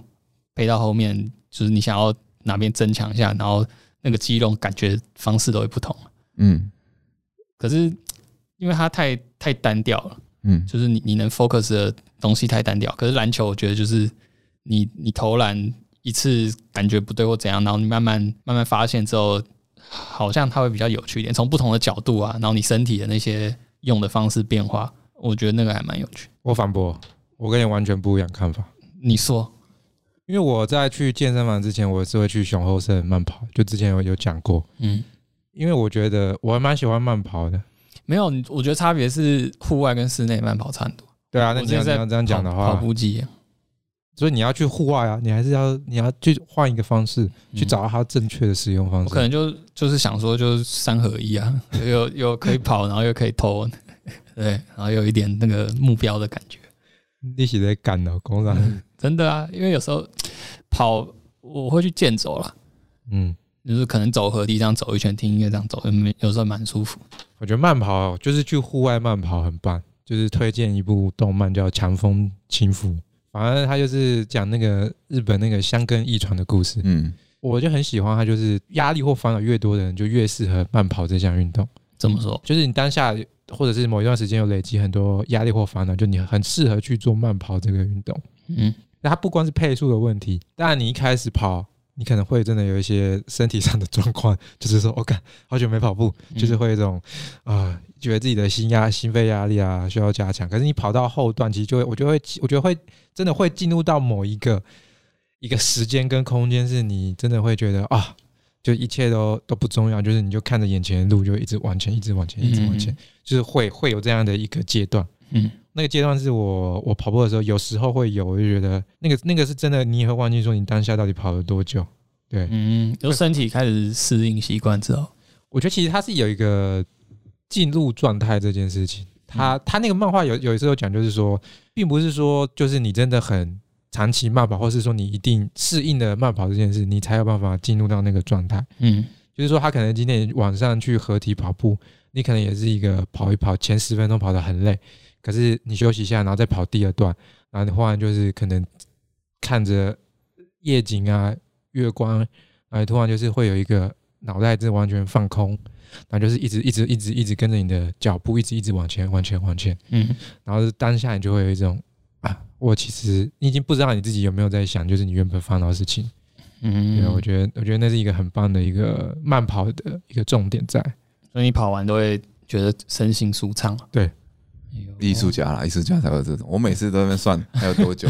Speaker 3: 配到后面就是你想要哪边增强一下，然后那个肌肉感觉方式都会不同。
Speaker 2: 嗯
Speaker 3: 可是因为它太太单调了，
Speaker 2: 嗯
Speaker 3: 就是你你能 focus 的东西太单调。可是篮球，我觉得就是你你投篮一次感觉不对或怎样，然后你慢慢慢慢发现之后，好像它会比较有趣一点。从不同的角度啊，然后你身体的那些用的方式变化，我觉得那个还蛮有趣。
Speaker 4: 我反驳，我跟你完全不一样看法。
Speaker 3: 你说
Speaker 4: 因为我在去健身房之前，我是会去熊后社慢跑，就之前有有讲过。
Speaker 3: 嗯，
Speaker 4: 因为我觉得我还蛮喜欢慢跑的。
Speaker 3: 没有？你我觉得差别是户外跟室内慢跑差很多。
Speaker 4: 对啊，那
Speaker 3: 我
Speaker 4: 你
Speaker 3: 之前
Speaker 4: 要你
Speaker 3: 在
Speaker 4: 要这样讲的
Speaker 3: 跑
Speaker 4: 话，
Speaker 3: 步机啊耶，
Speaker 4: 所以你要去户外啊，你还是要你要去换一个方式，去
Speaker 3: 嗯
Speaker 4: 找到它正确的使用方
Speaker 3: 我
Speaker 4: 式。
Speaker 3: 可能就就是想说，就是三合一啊，又又可以跑，然后又可以投， 对，然后又有一点那个目标的感觉。
Speaker 4: 你是在干脑工厂，
Speaker 3: 真的啊，因为有时候跑我会去健走啦，
Speaker 4: 嗯，
Speaker 3: 就是可能走河堤这样走一圈，听音乐这样走，嗯有时候蛮舒服。
Speaker 4: 我觉得慢跑就是去户外慢跑很棒，就是推荐一部动漫叫《强风轻拂》，反正它就是讲那个日本那个香根一传的故事，
Speaker 2: 嗯，
Speaker 4: 我就很喜欢它，就是压力或烦恼越多的人，就越适合慢跑这项运动。
Speaker 3: 这么说，
Speaker 4: 就是你当下或者是某一段时间有累积很多压力或烦恼，就你很适合去做慢跑这个运动。
Speaker 3: 嗯，
Speaker 4: 那它不光是配速的问题，当然你一开始跑，你可能会真的有一些身体上的状况，就是说，我、哦、干，好久没跑步，
Speaker 3: 嗯
Speaker 4: 就是会有一种啊、觉得自己的心压、心肺压力啊需要加强。可是你跑到后段，其实就会，我就会，我觉得会真的会进入到某一个一个时间跟空间，是你真的会觉得啊，就一切都都不重要，就是你就看着眼前的路，就一直往前，一直往前，一直往前，就是会会有这样的一个阶段。
Speaker 3: 嗯，
Speaker 4: 那个阶段是我我跑步的时候，有时候会有，我就觉得那个那个是真的，你也会忘记说你当下到底跑了多久。对，
Speaker 3: 嗯嗯，就身体开始适应习惯之后，
Speaker 4: 我觉得其实它是有一个进入状态这件事情。他他那个漫画有有一次有讲，就是说，并不是说就是你真的很长期慢跑，或是说你一定适应了慢跑这件事，你才有办法进入到那个状态。
Speaker 3: 嗯
Speaker 4: 就是说，他可能今天晚上去合体跑步，你可能也是一个跑一跑，前十分钟跑得很累，可是你休息一下，然后再跑第二段，然后你忽然就是可能看着夜景啊、月光，然后你突然就是会有一个脑袋是完全放空，然后就是一直一直一直一直跟着你的脚步，一直一直往前往前往前，
Speaker 3: 嗯
Speaker 4: 然后当下你就会有一种啊，我其实你已经不知道你自己有没有在想，就是你原本烦恼的事情。
Speaker 3: 嗯，
Speaker 4: 对，我觉得我觉得那是一个很棒的一个慢跑的一个重点在。
Speaker 3: 所以你跑完都会觉得身心舒畅啊。
Speaker 4: 对
Speaker 3: 哎呦，
Speaker 2: 艺术家啦，艺术家才会这
Speaker 3: 哦
Speaker 2: 种。我每次都在那边 算还有多久，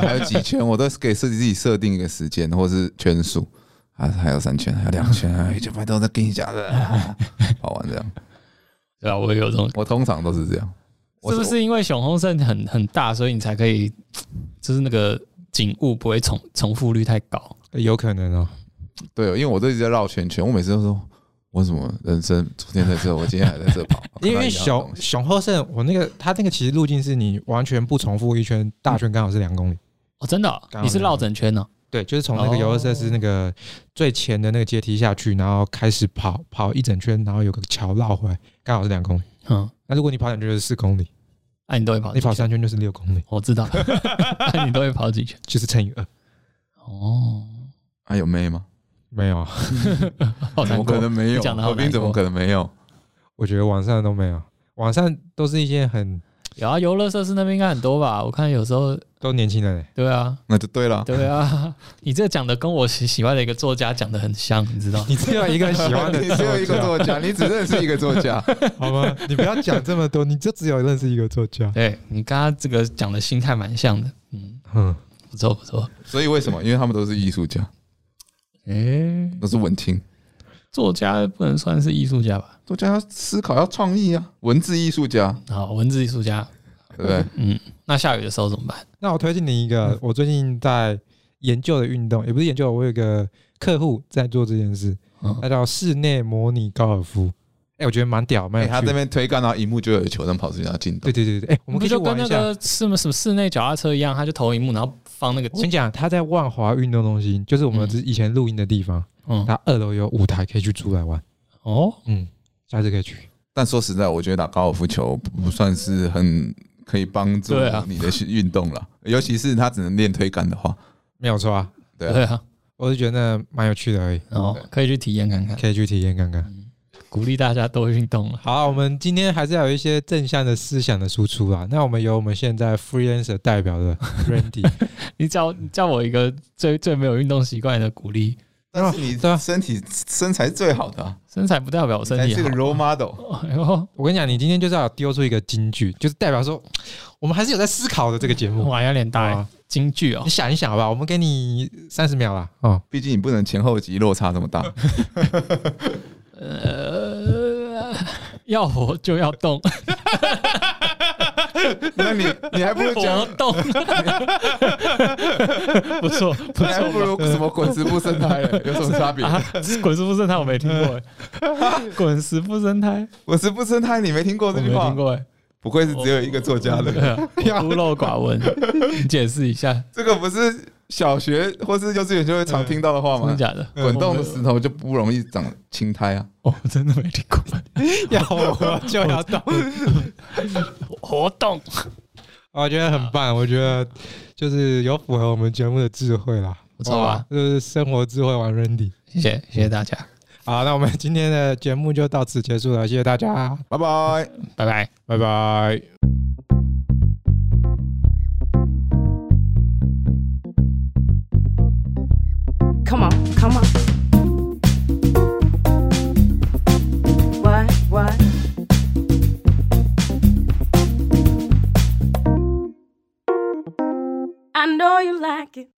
Speaker 2: 还有几圈，我都是给自己自己设定一个时间或是圈数啊，还有三圈，还有两哎圈，还有一圈半都在跟你讲 的，啊跑完这样。
Speaker 3: 对啊，我也有这种，
Speaker 2: 我通常都是这样，我
Speaker 3: 是不是因为熊红肾很很大，所以你才可以，就是那个景物不会重重复率太高？
Speaker 4: 呃有可能哦，
Speaker 2: 对，因为我都一直在绕圈圈，我每次都说。我怎么人生昨天在这，我今天还在这 跑？看
Speaker 4: 因
Speaker 2: 到
Speaker 4: 为
Speaker 2: 一样的
Speaker 4: 熊
Speaker 2: 东西
Speaker 4: 熊后胜，我那个它那个其实路径是你完全不重复一圈，大圈刚好是两公里。
Speaker 3: 哦，真的哦、
Speaker 4: 刚好
Speaker 3: 你是
Speaker 4: 那个
Speaker 3: 绕整圈呢、
Speaker 4: 对，就是从那个游乐设施那个最前的那个阶梯下去，然后开始跑跑一整圈，然后有个桥绕回来，刚好是两公里。
Speaker 3: 嗯，
Speaker 4: 那如果你跑两圈就是四公里，
Speaker 3: 那、你都会跑？
Speaker 4: 你跑三圈哦就是六公里，
Speaker 3: 我知 道，那你都会跑几圈？
Speaker 4: 就是乘以二。
Speaker 3: 哦，
Speaker 2: 还啊有妹吗？
Speaker 4: 没有啊，
Speaker 3: 好
Speaker 2: 怎
Speaker 3: 哦难
Speaker 2: 么
Speaker 3: 过
Speaker 2: 可。能没有？
Speaker 3: 你讲得好
Speaker 2: 何冰
Speaker 3: 难
Speaker 2: 怎么
Speaker 3: 过
Speaker 2: 可能没有？
Speaker 4: 我觉得晚上都没有，晚上都是一些很
Speaker 3: 有啊，游乐设施那边应该很多吧？我看有时候，
Speaker 4: 都年轻人、欸。
Speaker 3: 对啊，
Speaker 2: 那就对了。
Speaker 3: 对啊， 你这讲的跟我喜喜欢的一个作家讲的很像，你知道？
Speaker 4: 你只有一个喜欢 的，
Speaker 2: 你只有一个作家，你只认识一个作家。
Speaker 4: 好吗？ 你不要讲这么多，你就只有认识一个作 家。
Speaker 3: 对你刚刚这个讲的心态蛮像的，嗯，
Speaker 4: 嗯，
Speaker 3: 不错不错。
Speaker 2: 所以为什么？因为他们都是艺术家，
Speaker 3: 诶、
Speaker 2: 都是文青。
Speaker 3: 作家不能算是艺术家吧？
Speaker 2: 作家要思考，要创意啊，文字艺术家。
Speaker 3: 好，文字艺术家，
Speaker 2: 对不对？
Speaker 3: 嗯，那下雨的时候怎么办？
Speaker 4: 那我推荐你一个，我最近在研究的运动，也不是研究，我有一个客户在做这件事，
Speaker 3: 嗯
Speaker 4: 他叫室内模拟高尔夫。哎、我觉得蛮屌，蛮
Speaker 2: 哎，
Speaker 4: 有
Speaker 2: 他
Speaker 4: 趣
Speaker 2: 这
Speaker 4: 的。
Speaker 2: 边推杆，然后一幕就有球灯跑出去，然后进洞
Speaker 4: 对。对对对，哎、我们可
Speaker 3: 不
Speaker 4: 以去
Speaker 3: 就跟
Speaker 4: 玩一
Speaker 3: 那
Speaker 4: 下。
Speaker 3: 个什么什么室内脚踏车一样，他就投一幕，然后放那个
Speaker 4: 我跟你讲，他在万华运动中心，就是我们
Speaker 3: 嗯
Speaker 4: 之以前录音的地方，
Speaker 3: 嗯
Speaker 4: 他二楼有舞台可以去租来玩。
Speaker 3: 哦，
Speaker 4: 嗯，下次可以去。
Speaker 2: 但说实在，我觉得打高尔夫球不算是很可以帮助
Speaker 3: 对啊
Speaker 2: 你的运动 了，尤其是他只能练推杆的话，
Speaker 4: 没有错啊，
Speaker 2: 对
Speaker 3: 对
Speaker 2: 啊，
Speaker 3: 啊，
Speaker 4: 我是觉得蛮有趣的而已，
Speaker 3: 然后可以去体验看看，
Speaker 4: 可以去体验看看。
Speaker 3: 鼓励大家多运动了。
Speaker 4: 好啊、我们今天还是要有一些正向的思想的输出啊。那我们由我们现在 freelancer 代表的 Randy，
Speaker 3: 你叫叫我一个最最没有运动习惯的鼓励，
Speaker 2: 但是你
Speaker 4: 对啊
Speaker 2: 身体身材是最好的、啊，
Speaker 3: 身材不代表我身
Speaker 2: 才
Speaker 3: 体
Speaker 2: 是个
Speaker 3: 好。
Speaker 2: role model。
Speaker 3: 哎呦，
Speaker 4: 我跟你讲，你今天就是要丢出一个金句，就是代表说我们还是有在思考的这个节目。
Speaker 3: 哇，要脸大
Speaker 4: 好
Speaker 3: 哎
Speaker 4: 啊，
Speaker 3: 京剧哦
Speaker 4: 你，想一想好不好？我们给你三十秒啦。哦，
Speaker 2: 毕竟你不能前后级落差这 么大。
Speaker 3: 呃，要活就要动，
Speaker 2: 那你你还不如
Speaker 3: 活
Speaker 2: 讲，
Speaker 3: 动， 不错不
Speaker 2: 你还不
Speaker 3: 错
Speaker 2: 如什么滚石不生 态了，有什么差别？
Speaker 3: 啊，滚石不生态我没听 过哎，滚石不生态
Speaker 2: 滚石不生态，你没听过
Speaker 3: 我
Speaker 2: 哦这
Speaker 3: 没
Speaker 2: 句话
Speaker 3: 听？过哎，
Speaker 2: 不愧是只有一个作家
Speaker 3: 对
Speaker 2: 的，
Speaker 3: 啊，我孤陋寡闻，你解释一下，
Speaker 2: 这个不是小学或是幼稚园就会常听到的话
Speaker 3: 真的
Speaker 2: 吗？
Speaker 3: 假的？
Speaker 2: 滚动的石头就不容易长青苔啊。
Speaker 3: 我哦真的没听过，
Speaker 4: 要我就要到，
Speaker 3: 活动，
Speaker 4: 哦我觉得很棒，我觉得就是有符合我们节目的智慧啦，
Speaker 3: 不错啊吧？
Speaker 4: 哇就是生活智慧王 Randy。
Speaker 3: 谢谢谢谢大家，
Speaker 4: 好，那我们今天的节目就到此结束了，谢谢大家，
Speaker 2: 拜拜。
Speaker 3: 拜拜。
Speaker 4: 拜拜。
Speaker 1: Come on, come on. What, what? I know you like it.